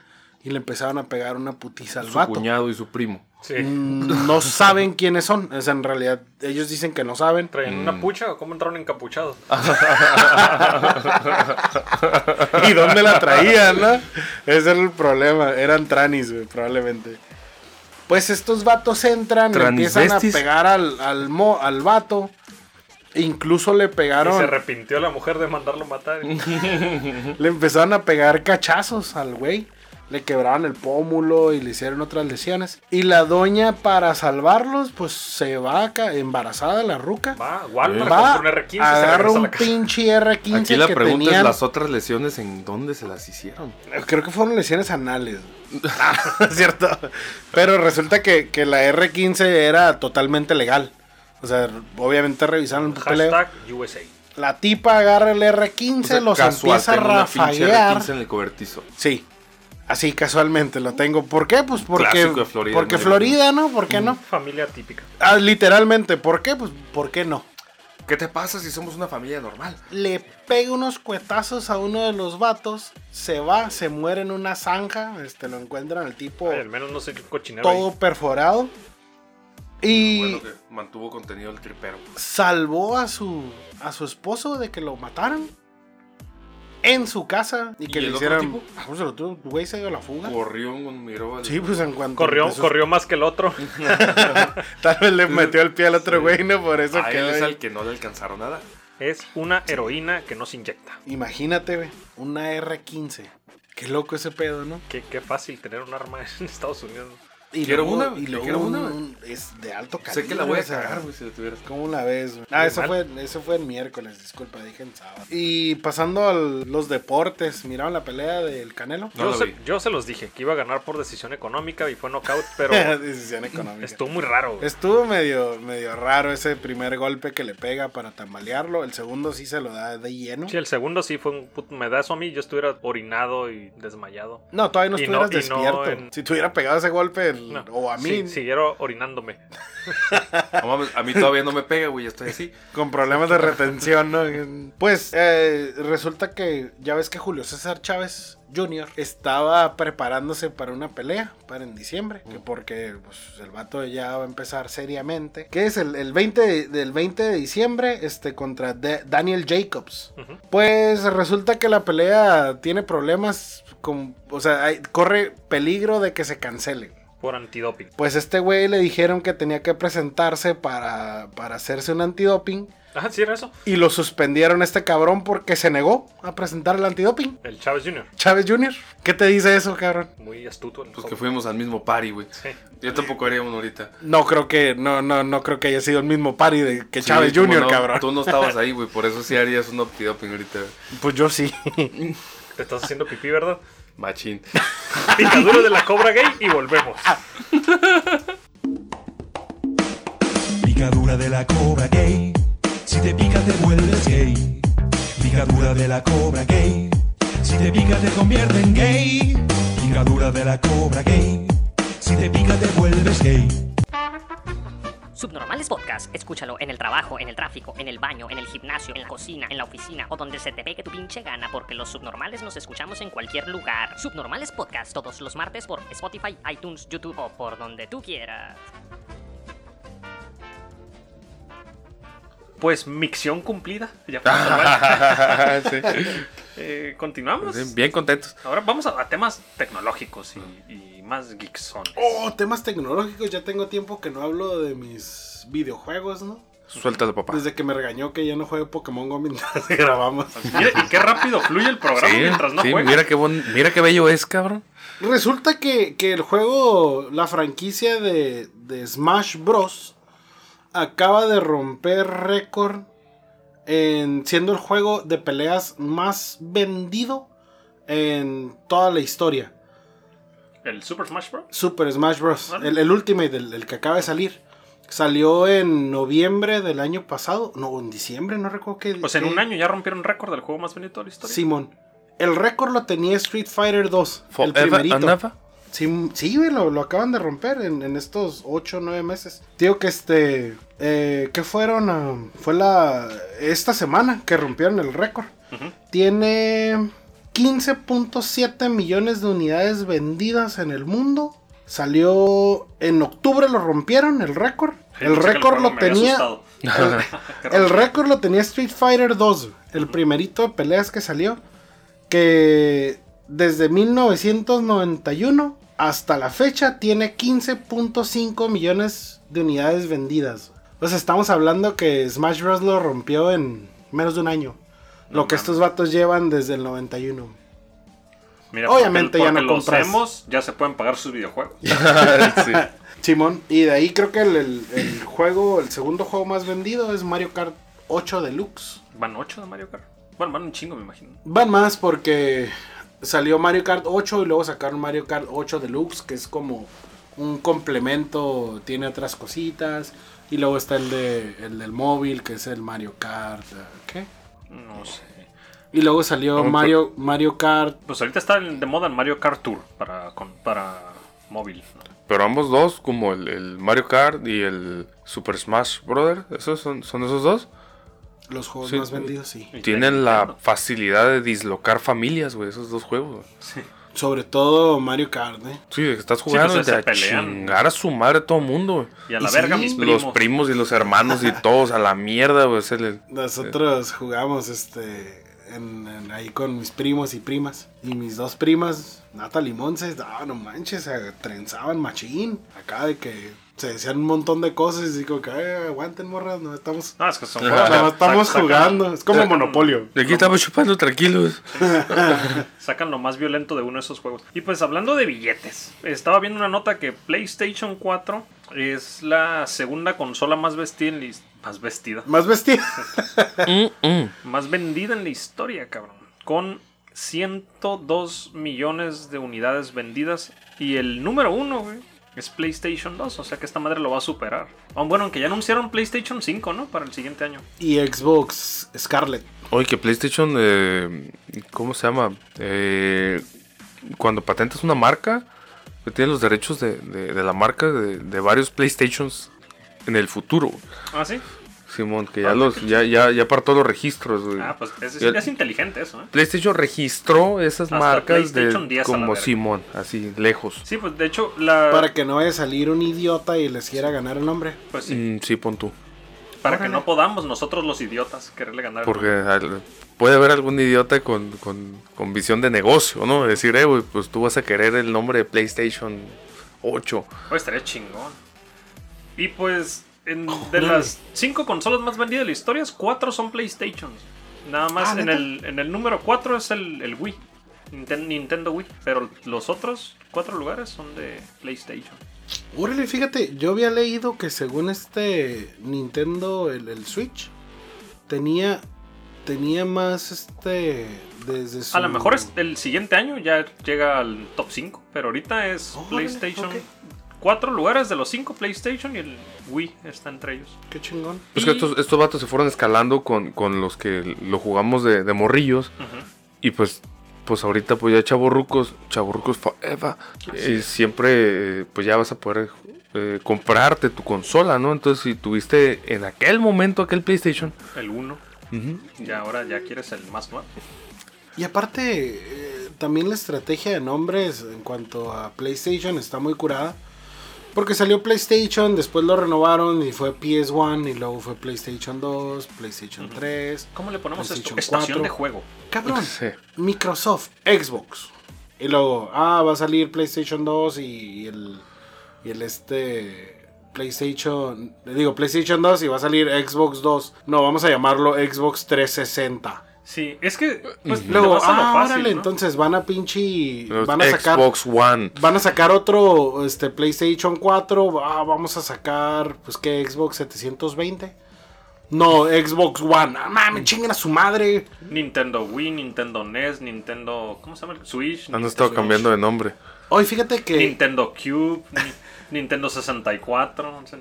Speaker 4: y le empezaron a pegar una putiza al
Speaker 5: Su
Speaker 4: vato.
Speaker 5: cuñado y su primo.
Speaker 3: Sí.
Speaker 4: Mm, No saben quiénes son. Es en realidad, ellos dicen que no saben.
Speaker 3: ¿Traían
Speaker 5: Mm.
Speaker 3: una pucha o cómo entraron encapuchados?
Speaker 4: ¿Y dónde la traían, no? Ese era el problema. Eran tranis, güey, probablemente. Pues estos vatos entran, le empiezan a
Speaker 5: Transvestis.
Speaker 4: pegar al, al, mo- al vato. Incluso le
Speaker 3: Y se
Speaker 4: pegaron,
Speaker 3: arrepintió la mujer de mandarlo matar.
Speaker 4: le empezaron a pegar cachazos al güey. Le quebraron el pómulo y le hicieron otras lesiones. Y la doña, para salvarlos, pues se va acá, embarazada la ruca.
Speaker 3: Va, Walmart
Speaker 4: Va,
Speaker 3: compra un R15 y se
Speaker 4: agarra
Speaker 3: regresa a
Speaker 4: un
Speaker 3: la casa.
Speaker 4: pinche R15
Speaker 5: Aquí la
Speaker 4: que
Speaker 5: pregunta
Speaker 4: tenían-
Speaker 5: es las otras lesiones en dónde se las hicieron.
Speaker 4: Creo que fueron lesiones anales.
Speaker 5: Ah,
Speaker 4: Cierto. Pero resulta que, que la R15 era totalmente legal. O sea, obviamente revisaron el papeleo.
Speaker 3: Hashtag USA.
Speaker 4: La tipa agarra el R15,
Speaker 5: O sea,
Speaker 4: los
Speaker 5: casual,
Speaker 4: empieza a
Speaker 5: tengo una pinche
Speaker 4: rafaguear.
Speaker 5: R15 en el cobertizo.
Speaker 4: Sí. Así casualmente lo tengo. ¿Por qué? Pues porque.
Speaker 5: Clásico de Florida,
Speaker 4: porque
Speaker 5: ¿no?
Speaker 4: Florida, ¿no? ¿Por qué no?
Speaker 3: Familia típica.
Speaker 4: Ah, literalmente, ¿por qué? Pues ¿por qué no?
Speaker 5: ¿Qué te pasa si somos una familia normal?
Speaker 4: le pega unos cuetazos a uno de los vatos, se va, se muere en una zanja, este, lo encuentran al tipo
Speaker 3: Ay, al menos no sé qué cochinero.
Speaker 4: Oh. todo
Speaker 3: ahí.
Speaker 4: perforado y
Speaker 5: Bueno, que mantuvo contenido el tripero.
Speaker 4: salvó a su a su esposo de que lo mataran en su casa y que
Speaker 5: ¿Y
Speaker 4: le
Speaker 5: el otro
Speaker 4: hicieran
Speaker 5: tipo?
Speaker 4: Ah, pues el otro güey se dio la fuga.
Speaker 5: Corrió, miró al...
Speaker 4: Sí, pues en cuanto
Speaker 3: Corrió,
Speaker 4: empezó-
Speaker 3: corrió más que el otro.
Speaker 4: tal vez le metió el pie al otro güey, no por eso
Speaker 5: A él
Speaker 4: quedó
Speaker 5: es
Speaker 4: ahí.
Speaker 5: al que no le alcanzaron nada.
Speaker 3: Es una heroína que no se inyecta.
Speaker 4: Imagínate, güey, una R15. Qué loco ese pedo, ¿no?
Speaker 3: Qué, qué fácil tener un arma en Estados Unidos.
Speaker 4: Y
Speaker 5: Quiero
Speaker 4: luego-
Speaker 5: una, güey,
Speaker 4: y luego
Speaker 5: quiero una,
Speaker 4: un-
Speaker 5: güey.
Speaker 4: un- es de alto calibre.
Speaker 5: Sé que la voy
Speaker 4: o
Speaker 5: a
Speaker 4: sea,
Speaker 5: cagar, güey, si la tuvieras.
Speaker 4: ¿Cómo la ves, güey? Ah, eso fue,
Speaker 3: Mal.
Speaker 4: eso fue el miércoles, disculpa, dije el sábado. Y pasando a los deportes, ¿miraron la pelea del Canelo?
Speaker 5: No
Speaker 3: yo,
Speaker 5: la
Speaker 3: se,
Speaker 5: vi.
Speaker 3: yo se los dije que iba a ganar por decisión económica y fue knockout, pero
Speaker 4: Decisión económica.
Speaker 3: estuvo muy raro. güey.
Speaker 4: Estuvo medio, medio raro ese primer golpe que le pega para tambalearlo. El segundo sí se lo da de lleno.
Speaker 3: Sí, el segundo sí fue un puto. Me da eso a mí, yo estuviera orinado y desmayado.
Speaker 4: No, todavía no
Speaker 3: Y no-
Speaker 4: estuvieras
Speaker 3: y no
Speaker 4: despierto.
Speaker 3: en-
Speaker 4: Si te hubiera pegado ese golpe, el-
Speaker 3: No,
Speaker 4: o a
Speaker 3: sí,
Speaker 4: mí,
Speaker 3: siguiera orinándome.
Speaker 5: No mames, a mí todavía no me pega, güey, ya estoy así.
Speaker 4: Con problemas de retención, ¿no? Pues eh, resulta que ya ves que Julio César Chávez Jr. estaba preparándose para una pelea para en diciembre, que porque pues, el vato ya va a empezar seriamente. Que es el, el 20 de- del 20 de diciembre este, contra Da- Daniel Jacobs.
Speaker 3: Ujú.
Speaker 4: Pues resulta que la pelea tiene problemas, con, o sea, hay- corre peligro de que se cancele.
Speaker 3: Por antidoping.
Speaker 4: Pues este güey le dijeron que tenía que presentarse para, para hacerse un antidoping.
Speaker 3: Ah, sí, era eso.
Speaker 4: Y lo suspendieron a este cabrón porque se negó a presentar el antidoping.
Speaker 3: El Chávez Jr.
Speaker 4: Chávez Jr., ¿qué te dice eso, cabrón?
Speaker 3: Muy astuto. el
Speaker 5: Pues
Speaker 3: joven.
Speaker 5: que fuimos al mismo party, güey.
Speaker 3: Sí.
Speaker 5: Yo tampoco haría uno ahorita.
Speaker 4: No creo que, no, no, no creo que haya sido el mismo party de que
Speaker 5: Sí,
Speaker 4: Chávez
Speaker 5: cómo
Speaker 4: Jr.,
Speaker 5: no,
Speaker 4: cabrón.
Speaker 5: Tú no estabas ahí, güey, por eso sí harías un antidoping ahorita. güey.
Speaker 4: Pues yo sí.
Speaker 3: Te estás haciendo pipí, ¿verdad?
Speaker 5: Machín.
Speaker 3: Picadura de la cobra gay y volvemos.
Speaker 7: Picadura de la cobra gay. Si te pica te vuelves gay. Picadura de la cobra gay. Si te pica te convierte en gay. Picadura de la cobra gay. Si te pica te vuelves gay.
Speaker 8: Subnormales Podcast, escúchalo en el trabajo, en el tráfico, en el baño, en el gimnasio, en la cocina, en la oficina o donde se te pegue tu pinche gana porque los subnormales nos escuchamos en cualquier lugar. Subnormales Podcast todos los martes por Spotify, iTunes, YouTube o por donde tú quieras.
Speaker 3: Pues micción cumplida. Ya
Speaker 4: Ah.
Speaker 3: fue normal.
Speaker 5: Sí.
Speaker 3: Eh, continuamos.
Speaker 5: Bien- Bien contentos.
Speaker 3: Ahora vamos a, a temas tecnológicos y, y más geeksones.
Speaker 4: Oh, temas tecnológicos. Ya tengo tiempo que no hablo de mis videojuegos, ¿no?
Speaker 5: Suéltalo, papá.
Speaker 4: Desde que me regañó que ya no juego Pokémon Go mientras grabamos.
Speaker 3: Mira, y qué rápido fluye el programa
Speaker 5: Sí,
Speaker 3: mientras no
Speaker 5: sí,
Speaker 3: juegas.
Speaker 5: mira qué, bon- mira qué bello es, cabrón.
Speaker 4: Resulta que, que el juego, la franquicia de, de Smash Bros. acaba de romper récord en siendo el juego de peleas más vendido en toda la historia.
Speaker 3: ¿El Super Smash Bros?
Speaker 4: Super Smash Bros.
Speaker 3: Ah.
Speaker 4: El, el Ultimate, el, el que acaba de salir. Salió en noviembre del año pasado. No, en diciembre, no recuerdo qué.
Speaker 3: Pues en
Speaker 4: qué-
Speaker 3: un año ya rompieron récord del juego más vendido de toda la historia.
Speaker 4: Simón. El récord lo tenía Street Fighter 2. El
Speaker 5: Forever
Speaker 4: primerito.
Speaker 5: and ever.
Speaker 4: Sí, sí, güey, lo, lo acaban de romper en, en estos 8 o 9 meses. Digo que este. Eh, ¿Qué fueron? Ah, fue la. Esta semana que rompieron el récord.
Speaker 3: Ujú.
Speaker 4: Tiene 15.7 millones de unidades vendidas en el mundo. Salió en octubre, lo rompieron el récord.
Speaker 3: Sí,
Speaker 4: El
Speaker 3: pensé que
Speaker 4: récord
Speaker 3: juego
Speaker 4: lo
Speaker 3: me había
Speaker 4: tenía.
Speaker 3: asustado.
Speaker 4: El récord lo tenía Street Fighter 2, el primerito de peleas que salió, que desde 1991 hasta la fecha tiene 15.5 millones de unidades vendidas. Pues estamos hablando que Smash Bros. lo rompió en menos de un año. Lo
Speaker 3: No
Speaker 4: que
Speaker 3: mames.
Speaker 4: estos vatos llevan desde el 91.
Speaker 3: Mira,
Speaker 4: Obviamente
Speaker 3: porque-
Speaker 4: ya no
Speaker 3: porque los
Speaker 4: compras.
Speaker 3: emos ya se pueden pagar sus videojuegos.
Speaker 5: Sí.
Speaker 4: Simón, y de ahí creo que el, el- el juego, el segundo juego más vendido es Mario Kart 8 Deluxe.
Speaker 3: Van 8 de Mario Kart. Bueno, van un chingo, me imagino.
Speaker 4: Van más porque salió Mario Kart 8 y luego sacaron Mario Kart 8 Deluxe, que es como un complemento, tiene otras cositas. Y luego está el, de, el del móvil, que es el Mario Kart. eh, ¿Qué?
Speaker 3: No sé.
Speaker 4: Y luego salió
Speaker 5: Como
Speaker 4: Mario, Mario Kart.
Speaker 3: Pues ahorita está el de moda el Mario Kart Tour para, con, para móvil. ¿no?
Speaker 5: Pero ambos dos, como el, el Mario Kart y el Super Smash Brother, esos son, son esos dos,
Speaker 4: Los juegos
Speaker 5: Sí.
Speaker 4: más vendidos, sí.
Speaker 3: Y
Speaker 5: tienen
Speaker 3: de
Speaker 5: la
Speaker 3: Nintendo.
Speaker 5: facilidad de dislocar familias, güey, esos dos juegos. güey.
Speaker 4: Sobre todo Mario Kart, ¿eh?
Speaker 5: Sí, de que estás
Speaker 3: pues,
Speaker 5: jugando
Speaker 3: se- se
Speaker 5: y te a
Speaker 3: pelean.
Speaker 5: chingar a su madre todo el mundo, güey.
Speaker 3: Y a la
Speaker 4: Y
Speaker 3: verga,
Speaker 4: sí,
Speaker 3: mis primos.
Speaker 5: Los primos y los hermanos y todos a la mierda, güey. es el-
Speaker 4: Nosotros jugamos este en- en- ahí con mis primos y primas. Y mis dos primas, Natalie y Monse, no, no manches, se trenzaban machín. Acá de que se decían un montón de cosas y digo que "Eh, aguanten morras, no estamos,
Speaker 3: No, es que son
Speaker 5: Ajá.
Speaker 3: juegos.
Speaker 4: no
Speaker 3: Sac-
Speaker 4: estamos
Speaker 3: sacan-
Speaker 4: jugando. Es como
Speaker 3: sacan-
Speaker 4: monopolio.
Speaker 5: De aquí estamos chupando tranquilos.
Speaker 3: Sacan lo más violento de uno de esos juegos. Y pues hablando de billetes, estaba viendo una nota que PlayStation 4 es la segunda consola más vestida en la his- más vestida,
Speaker 4: Más vestido.
Speaker 5: Mm, mm.
Speaker 3: más vendida en la historia, cabrón, con 102 millones de unidades vendidas y el número uno, güey, es PlayStation 2, o sea que esta madre lo va a superar. Aun bueno, aunque ya anunciaron PlayStation 5, ¿no? Para el siguiente año.
Speaker 4: Y Xbox Scarlet.
Speaker 5: Oye, que PlayStation, eh, ¿cómo se llama? Eh, cuando patentas una marca, que tiene los derechos de, de- de la marca de, de varios PlayStations en el futuro.
Speaker 3: Ah, sí.
Speaker 5: Simón, que ya los ya, ya, ya apartó los registros. güey.
Speaker 3: Ah, pues es,
Speaker 5: Ya-
Speaker 3: es inteligente eso, ¿eh?
Speaker 5: PlayStation registró esas
Speaker 3: Hasta
Speaker 5: marcas
Speaker 3: PlayStation
Speaker 5: de
Speaker 3: 10 a la
Speaker 5: como
Speaker 3: verga.
Speaker 5: Simón, así lejos.
Speaker 3: Sí, pues de hecho la...
Speaker 4: Para que no vaya a salir un idiota y les quiera ganar el nombre.
Speaker 3: pues, sí.
Speaker 5: Mm, sí, pon tú.
Speaker 3: Para que no podamos nosotros los idiotas quererle ganar.
Speaker 5: Porque al- puede haber algún idiota con, con- con visión de negocio, ¿no? Decir, eh, güey, pues tú vas a querer el nombre de PlayStation 8.
Speaker 3: Pues estaría chingón. Y pues, en- de las cinco consolas más vendidas de la historia, cuatro son PlayStation. Nada más en, el, en el número 4 es el, el Wii. Ninten- Nintendo Wii. Pero los otros cuatro lugares son de PlayStation.
Speaker 4: Órale, fíjate, yo había leído que según este Nintendo, el, el Switch, tenía, tenía más este. Desde su...
Speaker 3: A lo mejor es- el siguiente año ya llega al top 5. Pero ahorita es
Speaker 4: Órale,
Speaker 3: PlayStation.
Speaker 4: ok.
Speaker 3: Cuatro lugares de los cinco PlayStation y el Wii está entre ellos.
Speaker 4: Qué chingón.
Speaker 5: Pues que
Speaker 3: Y-
Speaker 5: estos, estos vatos se fueron escalando con, con los que lo jugamos de, de morrillos.
Speaker 3: Ujú.
Speaker 5: Y pues, pues ahorita pues ya chavorrucos, chavorrucos forever. eh, siempre eh, pues ya vas a poder eh, comprarte tu consola, ¿no? Entonces si tuviste en aquel momento aquel PlayStation.
Speaker 3: El 1. Y ahora ya quieres el más nuevo.
Speaker 4: Y aparte, eh, también la estrategia de nombres en cuanto a PlayStation está muy curada. Porque salió PlayStation, después lo renovaron y fue PS1 y luego fue PlayStation 2, PlayStation 3.
Speaker 3: ¿Cómo le ponemos esto?
Speaker 4: PlayStation
Speaker 3: Estación
Speaker 4: 4.
Speaker 3: de juego.
Speaker 4: Cabrón.
Speaker 5: Sí.
Speaker 4: Microsoft, Xbox. Y luego, ah, va a salir PlayStation 2 y, y el. Y el este. PlayStation. Le digo PlayStation 2 y va a salir Xbox 2. No, vamos a llamarlo Xbox 360.
Speaker 3: Sí, es que pues,
Speaker 4: Luego,
Speaker 3: le vas a lo
Speaker 4: ah,
Speaker 3: fácil,
Speaker 4: órale,
Speaker 3: ¿no?
Speaker 4: entonces van a pinche.
Speaker 5: Los
Speaker 4: Van a sacar.
Speaker 5: Xbox One.
Speaker 4: Van a sacar otro este, PlayStation 4. Ah, vamos a sacar, pues, ¿qué? Xbox 720. No, Xbox One. Ah,
Speaker 5: Mm.
Speaker 4: mames, chinguen a su madre.
Speaker 3: Nintendo Wii, Nintendo NES, Nintendo. ¿Cómo se llama? el- Switch.
Speaker 5: Han
Speaker 3: Nintendo
Speaker 5: estado
Speaker 3: Switch,
Speaker 5: cambiando de nombre.
Speaker 4: Hoy fíjate que.
Speaker 3: Nintendo Cube, Ni- Nintendo 64. no sé.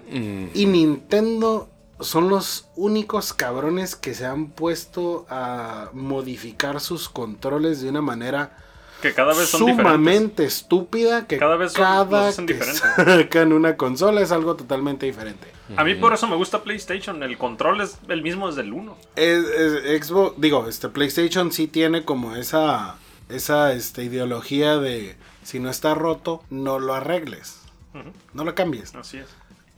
Speaker 4: Y Nintendo son los únicos cabrones que se han puesto a modificar sus controles de una manera
Speaker 3: Que cada vez son diferentes.
Speaker 4: sumamente estúpida que
Speaker 3: Cada
Speaker 4: cada
Speaker 3: vez son- los hacen
Speaker 4: que
Speaker 3: diferentes.
Speaker 4: sacan una consola es algo totalmente diferente.
Speaker 3: A
Speaker 4: Mm.
Speaker 3: mí por eso me gusta PlayStation. El control es el mismo desde el 1.
Speaker 4: Es- es- Xbox, digo, este PlayStation sí tiene como esa esa este, ideología de si no está roto, no lo arregles. No lo cambies.
Speaker 3: Así es.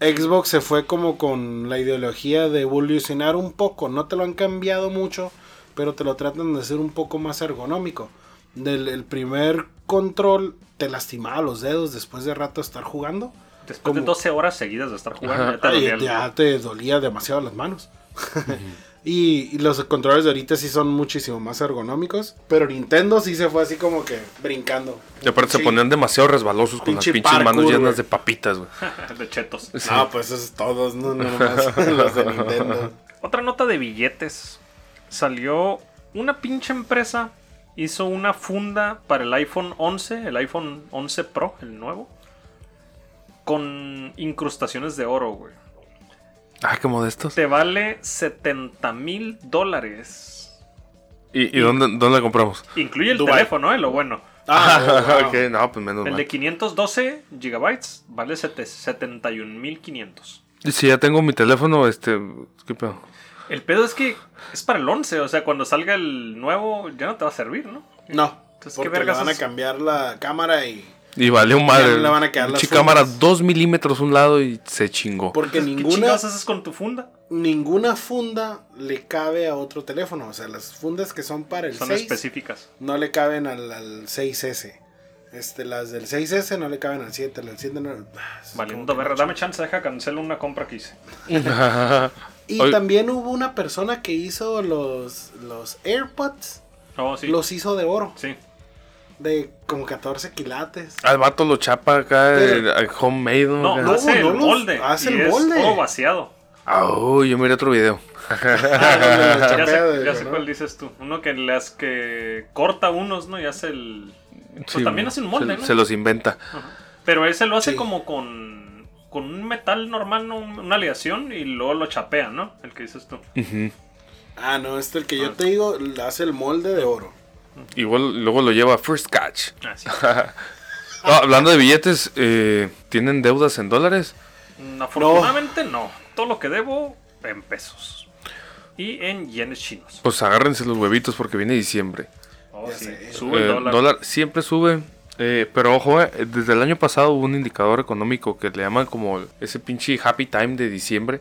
Speaker 4: Xbox se fue como con la ideología de evolucionar un poco. No te lo han cambiado mucho, pero te lo tratan de hacer un poco más ergonómico. Del el primer control te lastimaba los dedos después de rato estar jugando.
Speaker 3: Después de
Speaker 4: Como-
Speaker 3: 12 horas seguidas de estar jugando,
Speaker 5: Ajá.
Speaker 3: ya te dolía
Speaker 4: Ay,
Speaker 3: el-
Speaker 4: ya te dolía demasiado las manos. y, y los controles de ahorita sí son muchísimo más ergonómicos. Pero Nintendo sí se fue así como que brincando.
Speaker 5: Y aparte se
Speaker 4: Sí.
Speaker 5: ponían demasiado resbalosos con
Speaker 4: Pinche
Speaker 5: las pinches manos
Speaker 4: parkour,
Speaker 5: llenas
Speaker 4: güey.
Speaker 5: de papitas, güey.
Speaker 3: de chetos.
Speaker 4: Ah, pues esos todos, no, no nomás los de Nintendo.
Speaker 3: Otra nota de billetes. Salió una pinche empresa. Hizo una funda para el iPhone 11, el iPhone 11 Pro, el nuevo. Con incrustaciones de oro, güey.
Speaker 5: Ah, qué modestos.
Speaker 3: Te vale 70 mil dólares.
Speaker 5: ¿Y, y dónde, dónde la compramos?
Speaker 3: Incluye el
Speaker 4: Dubai.
Speaker 3: teléfono, ¿eh? Lo bueno.
Speaker 5: Ah, ok, no, pues menos
Speaker 3: El
Speaker 5: mal.
Speaker 3: de 512 gigabytes vale 71.500.
Speaker 5: Y Si ya tengo mi teléfono, este. ¿Qué pedo?
Speaker 3: El pedo es que es para el 11, o sea, cuando salga el nuevo ya no te va a servir, ¿no?
Speaker 4: No,
Speaker 3: Entonces, ¿qué
Speaker 4: porque le
Speaker 3: vergas
Speaker 4: van a
Speaker 3: es?
Speaker 4: cambiar la cámara y...
Speaker 5: Y valió
Speaker 4: Ya
Speaker 5: madre.
Speaker 4: no le van a quedar las
Speaker 5: Pinche cámara
Speaker 4: fundas.
Speaker 5: dos milímetros un lado y se chingó.
Speaker 4: Porque
Speaker 3: ¿Qué
Speaker 4: ninguna,
Speaker 3: chingados haces con tu funda?
Speaker 4: ninguna funda le cabe a otro teléfono. O sea, las fundas que son para el
Speaker 3: Son
Speaker 4: 6
Speaker 3: específicas.
Speaker 4: no le caben al, al 6S. Este, las del 6S no le caben al 7, las del 7 no... ah, es
Speaker 3: Valiendo
Speaker 4: como que
Speaker 3: verga.
Speaker 4: mucho.
Speaker 3: Dame chance, deja cancelo una compra que hice.
Speaker 4: Y
Speaker 5: Oye.
Speaker 4: también hubo una persona que hizo los, los AirPods,
Speaker 3: No, Oh, sí.
Speaker 4: los hizo de oro,
Speaker 3: Sí.
Speaker 4: de como 14 quilates.
Speaker 5: Al vato lo chapa acá,
Speaker 4: Pero-
Speaker 5: el, al homemade.
Speaker 3: No,
Speaker 5: Acá.
Speaker 3: hace
Speaker 4: no
Speaker 3: el
Speaker 4: los-
Speaker 3: molde.
Speaker 4: hace
Speaker 3: y
Speaker 4: el
Speaker 3: es
Speaker 4: molde.
Speaker 3: todo vaciado.
Speaker 5: Ah, oh, yo miré otro video.
Speaker 3: Pues
Speaker 4: Ah,
Speaker 3: ya
Speaker 4: chapea
Speaker 3: sé,
Speaker 4: de-
Speaker 3: ya sé
Speaker 4: ¿no?
Speaker 3: cuál dices tú. Uno que las que corta unos, ¿no? Y hace el. Pues
Speaker 5: Sí,
Speaker 3: también hace un molde,
Speaker 5: se,
Speaker 3: ¿no? Ah.
Speaker 5: se los inventa.
Speaker 3: Pero ese lo hace
Speaker 4: Sí.
Speaker 3: como con. Con un metal normal, ¿no? Un- una aleación, y luego lo chapea, ¿no? El que dices tú.
Speaker 5: Ujú.
Speaker 4: Ah, no, este el que yo te digo hace el molde de oro.
Speaker 5: Igual luego lo lleva a First Catch.
Speaker 3: Ah, sí.
Speaker 5: No,
Speaker 3: Ah.
Speaker 5: hablando de billetes, eh, ¿tienen deudas en dólares?
Speaker 3: Mm, Afortunadamente no. Todo lo que debo en pesos. Y en yenes chinos.
Speaker 5: Pues agárrense los huevitos porque viene diciembre.
Speaker 3: Oh,
Speaker 4: Ya
Speaker 3: sí.
Speaker 4: sé.
Speaker 3: Sube el
Speaker 5: Eh,
Speaker 3: dólar.
Speaker 5: siempre sube. eh, pero ojo, eh, desde el año pasado hubo un indicador económico que le llaman como ese pinche happy time de diciembre.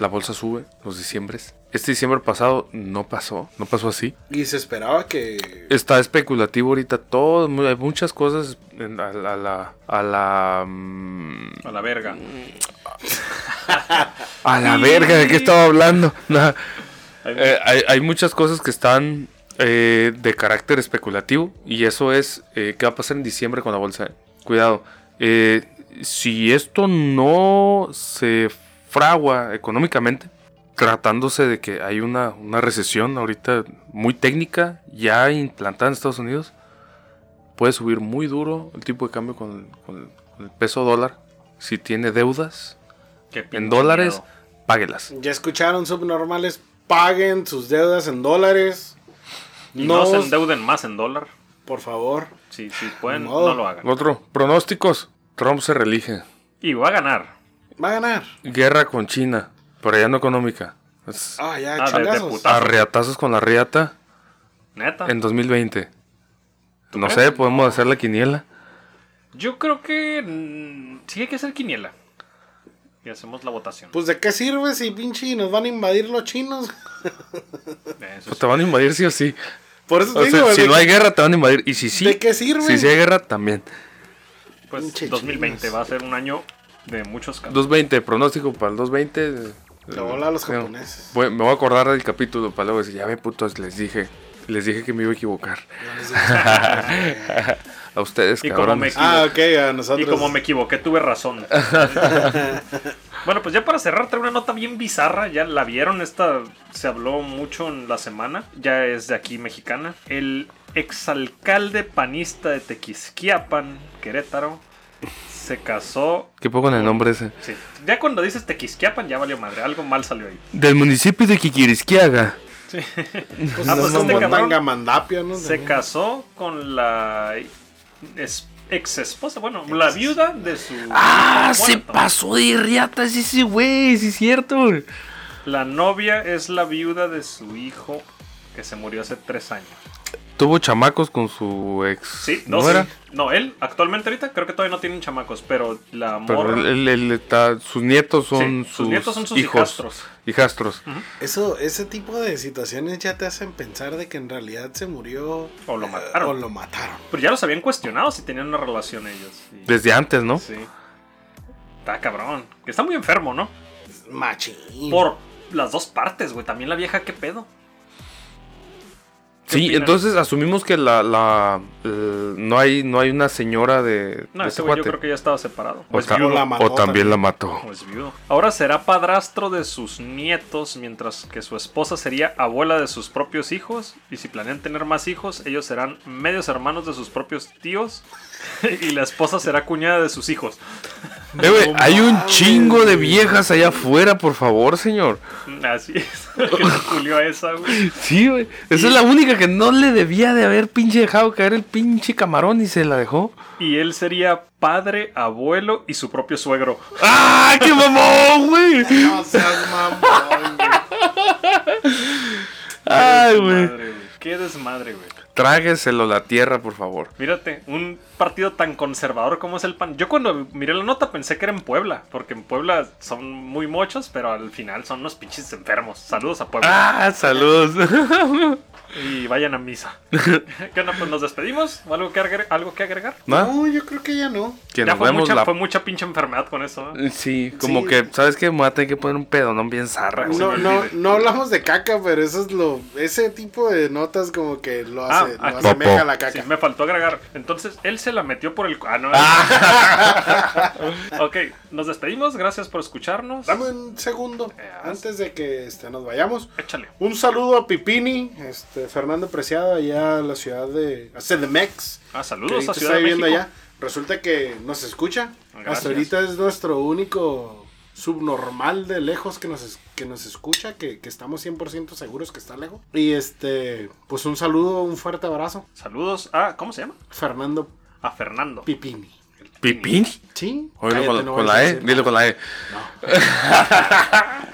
Speaker 5: La bolsa sube los diciembres. Este diciembre pasado no pasó, no pasó así.
Speaker 4: Y se esperaba que...
Speaker 5: Está especulativo ahorita todo, mu- hay muchas cosas en- a, la- a la... A la, mm,
Speaker 3: A la verga.
Speaker 5: a la verga, ¿de qué estaba hablando? Nah. Eh, hay, hay muchas cosas que están eh, de carácter especulativo y eso es eh, qué va a pasar en diciembre con la bolsa. Cuidado, eh, si esto no se fragua económicamente, tratándose de que hay una, una recesión ahorita muy técnica ya implantada en Estados Unidos, puede subir muy duro el tipo de cambio con, con- con el peso dólar. Si tiene deudas
Speaker 3: Qué
Speaker 5: en
Speaker 3: pinche
Speaker 5: dólares,
Speaker 3: miedo.
Speaker 5: páguelas.
Speaker 4: Ya escucharon subnormales, paguen sus deudas en dólares.
Speaker 3: Y no,
Speaker 4: No,
Speaker 3: se endeuden más en dólar.
Speaker 4: por favor.
Speaker 3: Si sí, pueden,
Speaker 4: Ni
Speaker 3: no
Speaker 4: modo.
Speaker 3: lo hagan.
Speaker 5: Otro, pronósticos. Trump se reelige.
Speaker 3: Y va a ganar.
Speaker 4: Va a ganar.
Speaker 5: Guerra con China, pero ya no económica. Es
Speaker 4: Ah, ya,
Speaker 3: Ah, de- de
Speaker 4: chingazos.
Speaker 3: puta.
Speaker 5: a reatazos con la riata
Speaker 3: Neta.
Speaker 5: en 2020.
Speaker 3: ¿Tú
Speaker 5: No
Speaker 3: crees?
Speaker 5: sé, podemos hacer la quiniela.
Speaker 3: Yo creo que mm, sí hay que hacer quiniela. Y hacemos la votación.
Speaker 4: Pues de qué sirve si pinche nos van a invadir los chinos.
Speaker 3: Eso
Speaker 5: Pues
Speaker 3: sí.
Speaker 5: te van a invadir sí o sí.
Speaker 4: Por eso
Speaker 5: O
Speaker 4: te digo,
Speaker 5: sea,
Speaker 4: güey,
Speaker 5: si
Speaker 4: de
Speaker 5: no
Speaker 4: que-
Speaker 5: hay guerra, te van a invadir. Y si sí,
Speaker 4: ¿De qué sirve?
Speaker 5: si sí hay guerra, también.
Speaker 3: Pues
Speaker 4: Pinche
Speaker 3: 2020
Speaker 4: chinos.
Speaker 3: va a ser un año de muchos cambios.
Speaker 5: 220, pronóstico para el 220.
Speaker 4: La bola a los
Speaker 5: Eh,
Speaker 4: japoneses.
Speaker 5: voy- me voy a acordar del capítulo para luego decir, ya ve putos, les dije. Les dije que me iba a equivocar. a ustedes,
Speaker 3: Y como
Speaker 5: cabrones.
Speaker 3: me
Speaker 4: Ah, ok, a nosotros.
Speaker 3: Y como me equivoqué, tuve razón. Bueno, pues ya para cerrar, traigo una nota bien bizarra. Ya la vieron, esta se habló mucho en la semana. Ya es de aquí mexicana. El exalcalde panista de Tequisquiapan, Querétaro, se casó.
Speaker 5: ¿Qué pongo en el nombre ese?
Speaker 3: Sí, ya cuando dices Tequisquiapan, ya valió madre. Algo mal salió ahí.
Speaker 5: Del municipio de Quiquirisquiaga.
Speaker 3: Ah,
Speaker 4: Pues no
Speaker 3: pues este
Speaker 4: somos
Speaker 3: cabrón
Speaker 4: tan gamandapia, ¿no?
Speaker 3: Se
Speaker 4: También.
Speaker 3: casó con la es- ex esposa, bueno, la viuda de su.
Speaker 5: ¡Ah!
Speaker 3: su
Speaker 5: Se
Speaker 3: muerto.
Speaker 5: pasó de riatas ese güey, sí es cierto.
Speaker 3: La novia es la viuda de su hijo que se murió hace tres años.
Speaker 5: Tuvo chamacos con su ex.
Speaker 3: Sí, no,
Speaker 5: nuera,
Speaker 3: sí. No, él actualmente ahorita creo que todavía no tienen chamacos, pero la
Speaker 5: Pero
Speaker 3: morra.
Speaker 5: él, él está- sus nietos
Speaker 3: sí,
Speaker 5: son sus,
Speaker 3: sus nietos son sus
Speaker 5: hijos.
Speaker 3: hijastros.
Speaker 5: Hijastros.
Speaker 4: Eso, ese tipo de situaciones ya te hacen pensar de que en realidad se murió
Speaker 3: O lo
Speaker 4: eh,
Speaker 3: mataron.
Speaker 4: O lo mataron.
Speaker 3: Pero ya los habían cuestionado si tenían una relación ellos. Y-
Speaker 5: Desde antes, ¿no?
Speaker 3: Sí. Está cabrón. Que está muy enfermo, ¿no?
Speaker 4: Machín.
Speaker 3: Por las dos partes, güey. También la vieja, ¿qué pedo? ¿Qué
Speaker 5: Sí,
Speaker 3: opinan?
Speaker 5: entonces asumimos que la, la, eh, no hay no hay una señora de,
Speaker 3: No, ese
Speaker 5: de este
Speaker 3: güey yo
Speaker 5: cuate.
Speaker 3: creo que pues ya estaba separado.
Speaker 5: o,
Speaker 3: O es
Speaker 5: ta-
Speaker 3: viudo.
Speaker 4: la
Speaker 5: o
Speaker 4: mató
Speaker 5: también
Speaker 4: también.
Speaker 5: la mató.
Speaker 3: O es viudo. Ahora será padrastro de sus nietos, mientras que su esposa sería abuela de sus propios hijos. Y si planean tener más hijos, ellos serán medios hermanos de sus propios tíos. y la esposa será cuñada de sus hijos.
Speaker 5: Eh, güey,
Speaker 4: No
Speaker 5: hay un
Speaker 4: mames.
Speaker 5: chingo de viejas allá afuera, por favor, señor.
Speaker 3: Así es. que se culió a esa, güey.
Speaker 5: Sí, güey. Esa es la única que no le debía de haber pinche dejado caer el pinche camarón y se la dejó.
Speaker 3: Y él sería padre, abuelo y su propio suegro.
Speaker 5: ¡Ah, qué mamón, güey!
Speaker 4: No seas mamón, güey.
Speaker 5: ¡Ay, güey!
Speaker 3: Madre, güey. Qué desmadre, güey.
Speaker 5: Trágueselo la tierra, por favor.
Speaker 3: Mírate, un partido tan conservador como es el PAN. Yo cuando miré la nota pensé que era en Puebla, porque en Puebla son muy mochos, pero al final son unos pinches enfermos. Saludos a Puebla.
Speaker 5: ¡Ah, saludos!
Speaker 3: Y vayan a misa. ¿Qué onda? Pues nos despedimos. ¿O ¿Algo que, agre- algo que agregar?
Speaker 5: ¿No?
Speaker 4: No, yo creo que ya no.
Speaker 5: Que
Speaker 3: ya
Speaker 5: nos
Speaker 3: fue,
Speaker 5: vemos
Speaker 3: mucha,
Speaker 5: la...
Speaker 3: fue mucha pinche enfermedad con eso. ¿eh?
Speaker 5: Sí, como
Speaker 4: Sí.
Speaker 5: que, ¿sabes qué? Me voy a tener que poner un pedonón bien zarra.
Speaker 3: Ah,
Speaker 5: güey.
Speaker 4: No, no, no hablamos de caca, pero eso es lo, ese tipo de notas como que lo
Speaker 3: Ah,
Speaker 4: hace,
Speaker 3: ah,
Speaker 4: lo asemeja a la
Speaker 3: Sí,
Speaker 4: caca.
Speaker 3: me faltó agregar. Entonces, él se la metió por el... cu- Ah, no.
Speaker 5: Ah.
Speaker 3: ok, nos despedimos. Gracias por escucharnos.
Speaker 4: Dame un segundo
Speaker 3: Eh, ah,
Speaker 4: antes de que este, nos vayamos.
Speaker 3: Échale.
Speaker 4: Un saludo a Pipini, este, Fernando Preciado, allá a la ciudad de a Cedemex.
Speaker 3: Ah,
Speaker 4: que
Speaker 3: saludos
Speaker 4: ahorita
Speaker 3: a Ciudad
Speaker 4: está
Speaker 3: de México.
Speaker 4: viviendo allá. Resulta que nos escucha.
Speaker 3: Gracias.
Speaker 4: Hasta ahorita es nuestro único subnormal de lejos que nos, es- que nos escucha, que, que estamos 100% seguros que está lejos. Y este, pues un saludo, un fuerte abrazo.
Speaker 3: Saludos a... ¿Cómo se llama?
Speaker 4: Fernando
Speaker 3: A Fernando.
Speaker 4: Pipini.
Speaker 5: ¿Pipín?
Speaker 4: ¿Sí?
Speaker 5: Oílo
Speaker 4: Cállate,
Speaker 5: con,
Speaker 4: no
Speaker 5: con
Speaker 4: vayas
Speaker 5: la
Speaker 4: a
Speaker 5: E,
Speaker 4: decir
Speaker 5: dile con la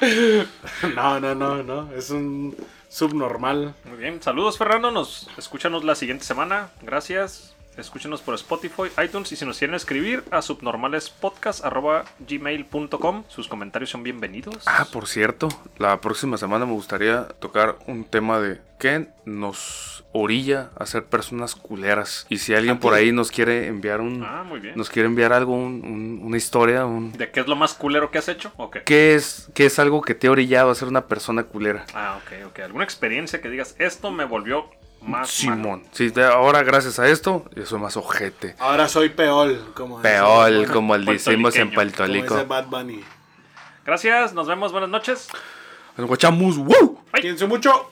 Speaker 5: E.
Speaker 4: nada. No, no, no, no. Es un subnormal.
Speaker 3: Muy bien, saludos Fernando, nos escúchanos la siguiente semana, gracias. Escúchenos por Spotify, iTunes y si nos quieren escribir a subnormalespodcast.gmail.com Sus comentarios son bienvenidos.
Speaker 5: Ah, por cierto, la próxima semana me gustaría tocar un tema de qué nos orilla a ser personas culeras. Y si
Speaker 4: Ah,
Speaker 5: alguien
Speaker 4: pues.
Speaker 5: por ahí nos quiere enviar un,
Speaker 3: Ah, muy bien.
Speaker 5: nos quiere enviar algo, un- un- una historia, un
Speaker 3: ¿De qué es lo más culero que has hecho? Ok.
Speaker 5: ¿Qué es, ¿Qué es algo que te ha orillado a ser una persona culera?
Speaker 3: Ah, ok, ok. ¿Alguna experiencia que digas, esto me volvió
Speaker 4: Ah,
Speaker 3: más malo"?
Speaker 5: Simón. Sí, de- ahora gracias a esto, yo soy más ojete.
Speaker 4: Ahora soy peol. Como dice-
Speaker 5: Peor, como el decimos en
Speaker 3: Puertorriqueño.
Speaker 5: Puerto
Speaker 4: Como dice
Speaker 5: Rico.
Speaker 4: Bad Bunny.
Speaker 3: Gracias, nos vemos, buenas noches.
Speaker 5: Nos guachamos, ¡wow!
Speaker 4: Pienso mucho.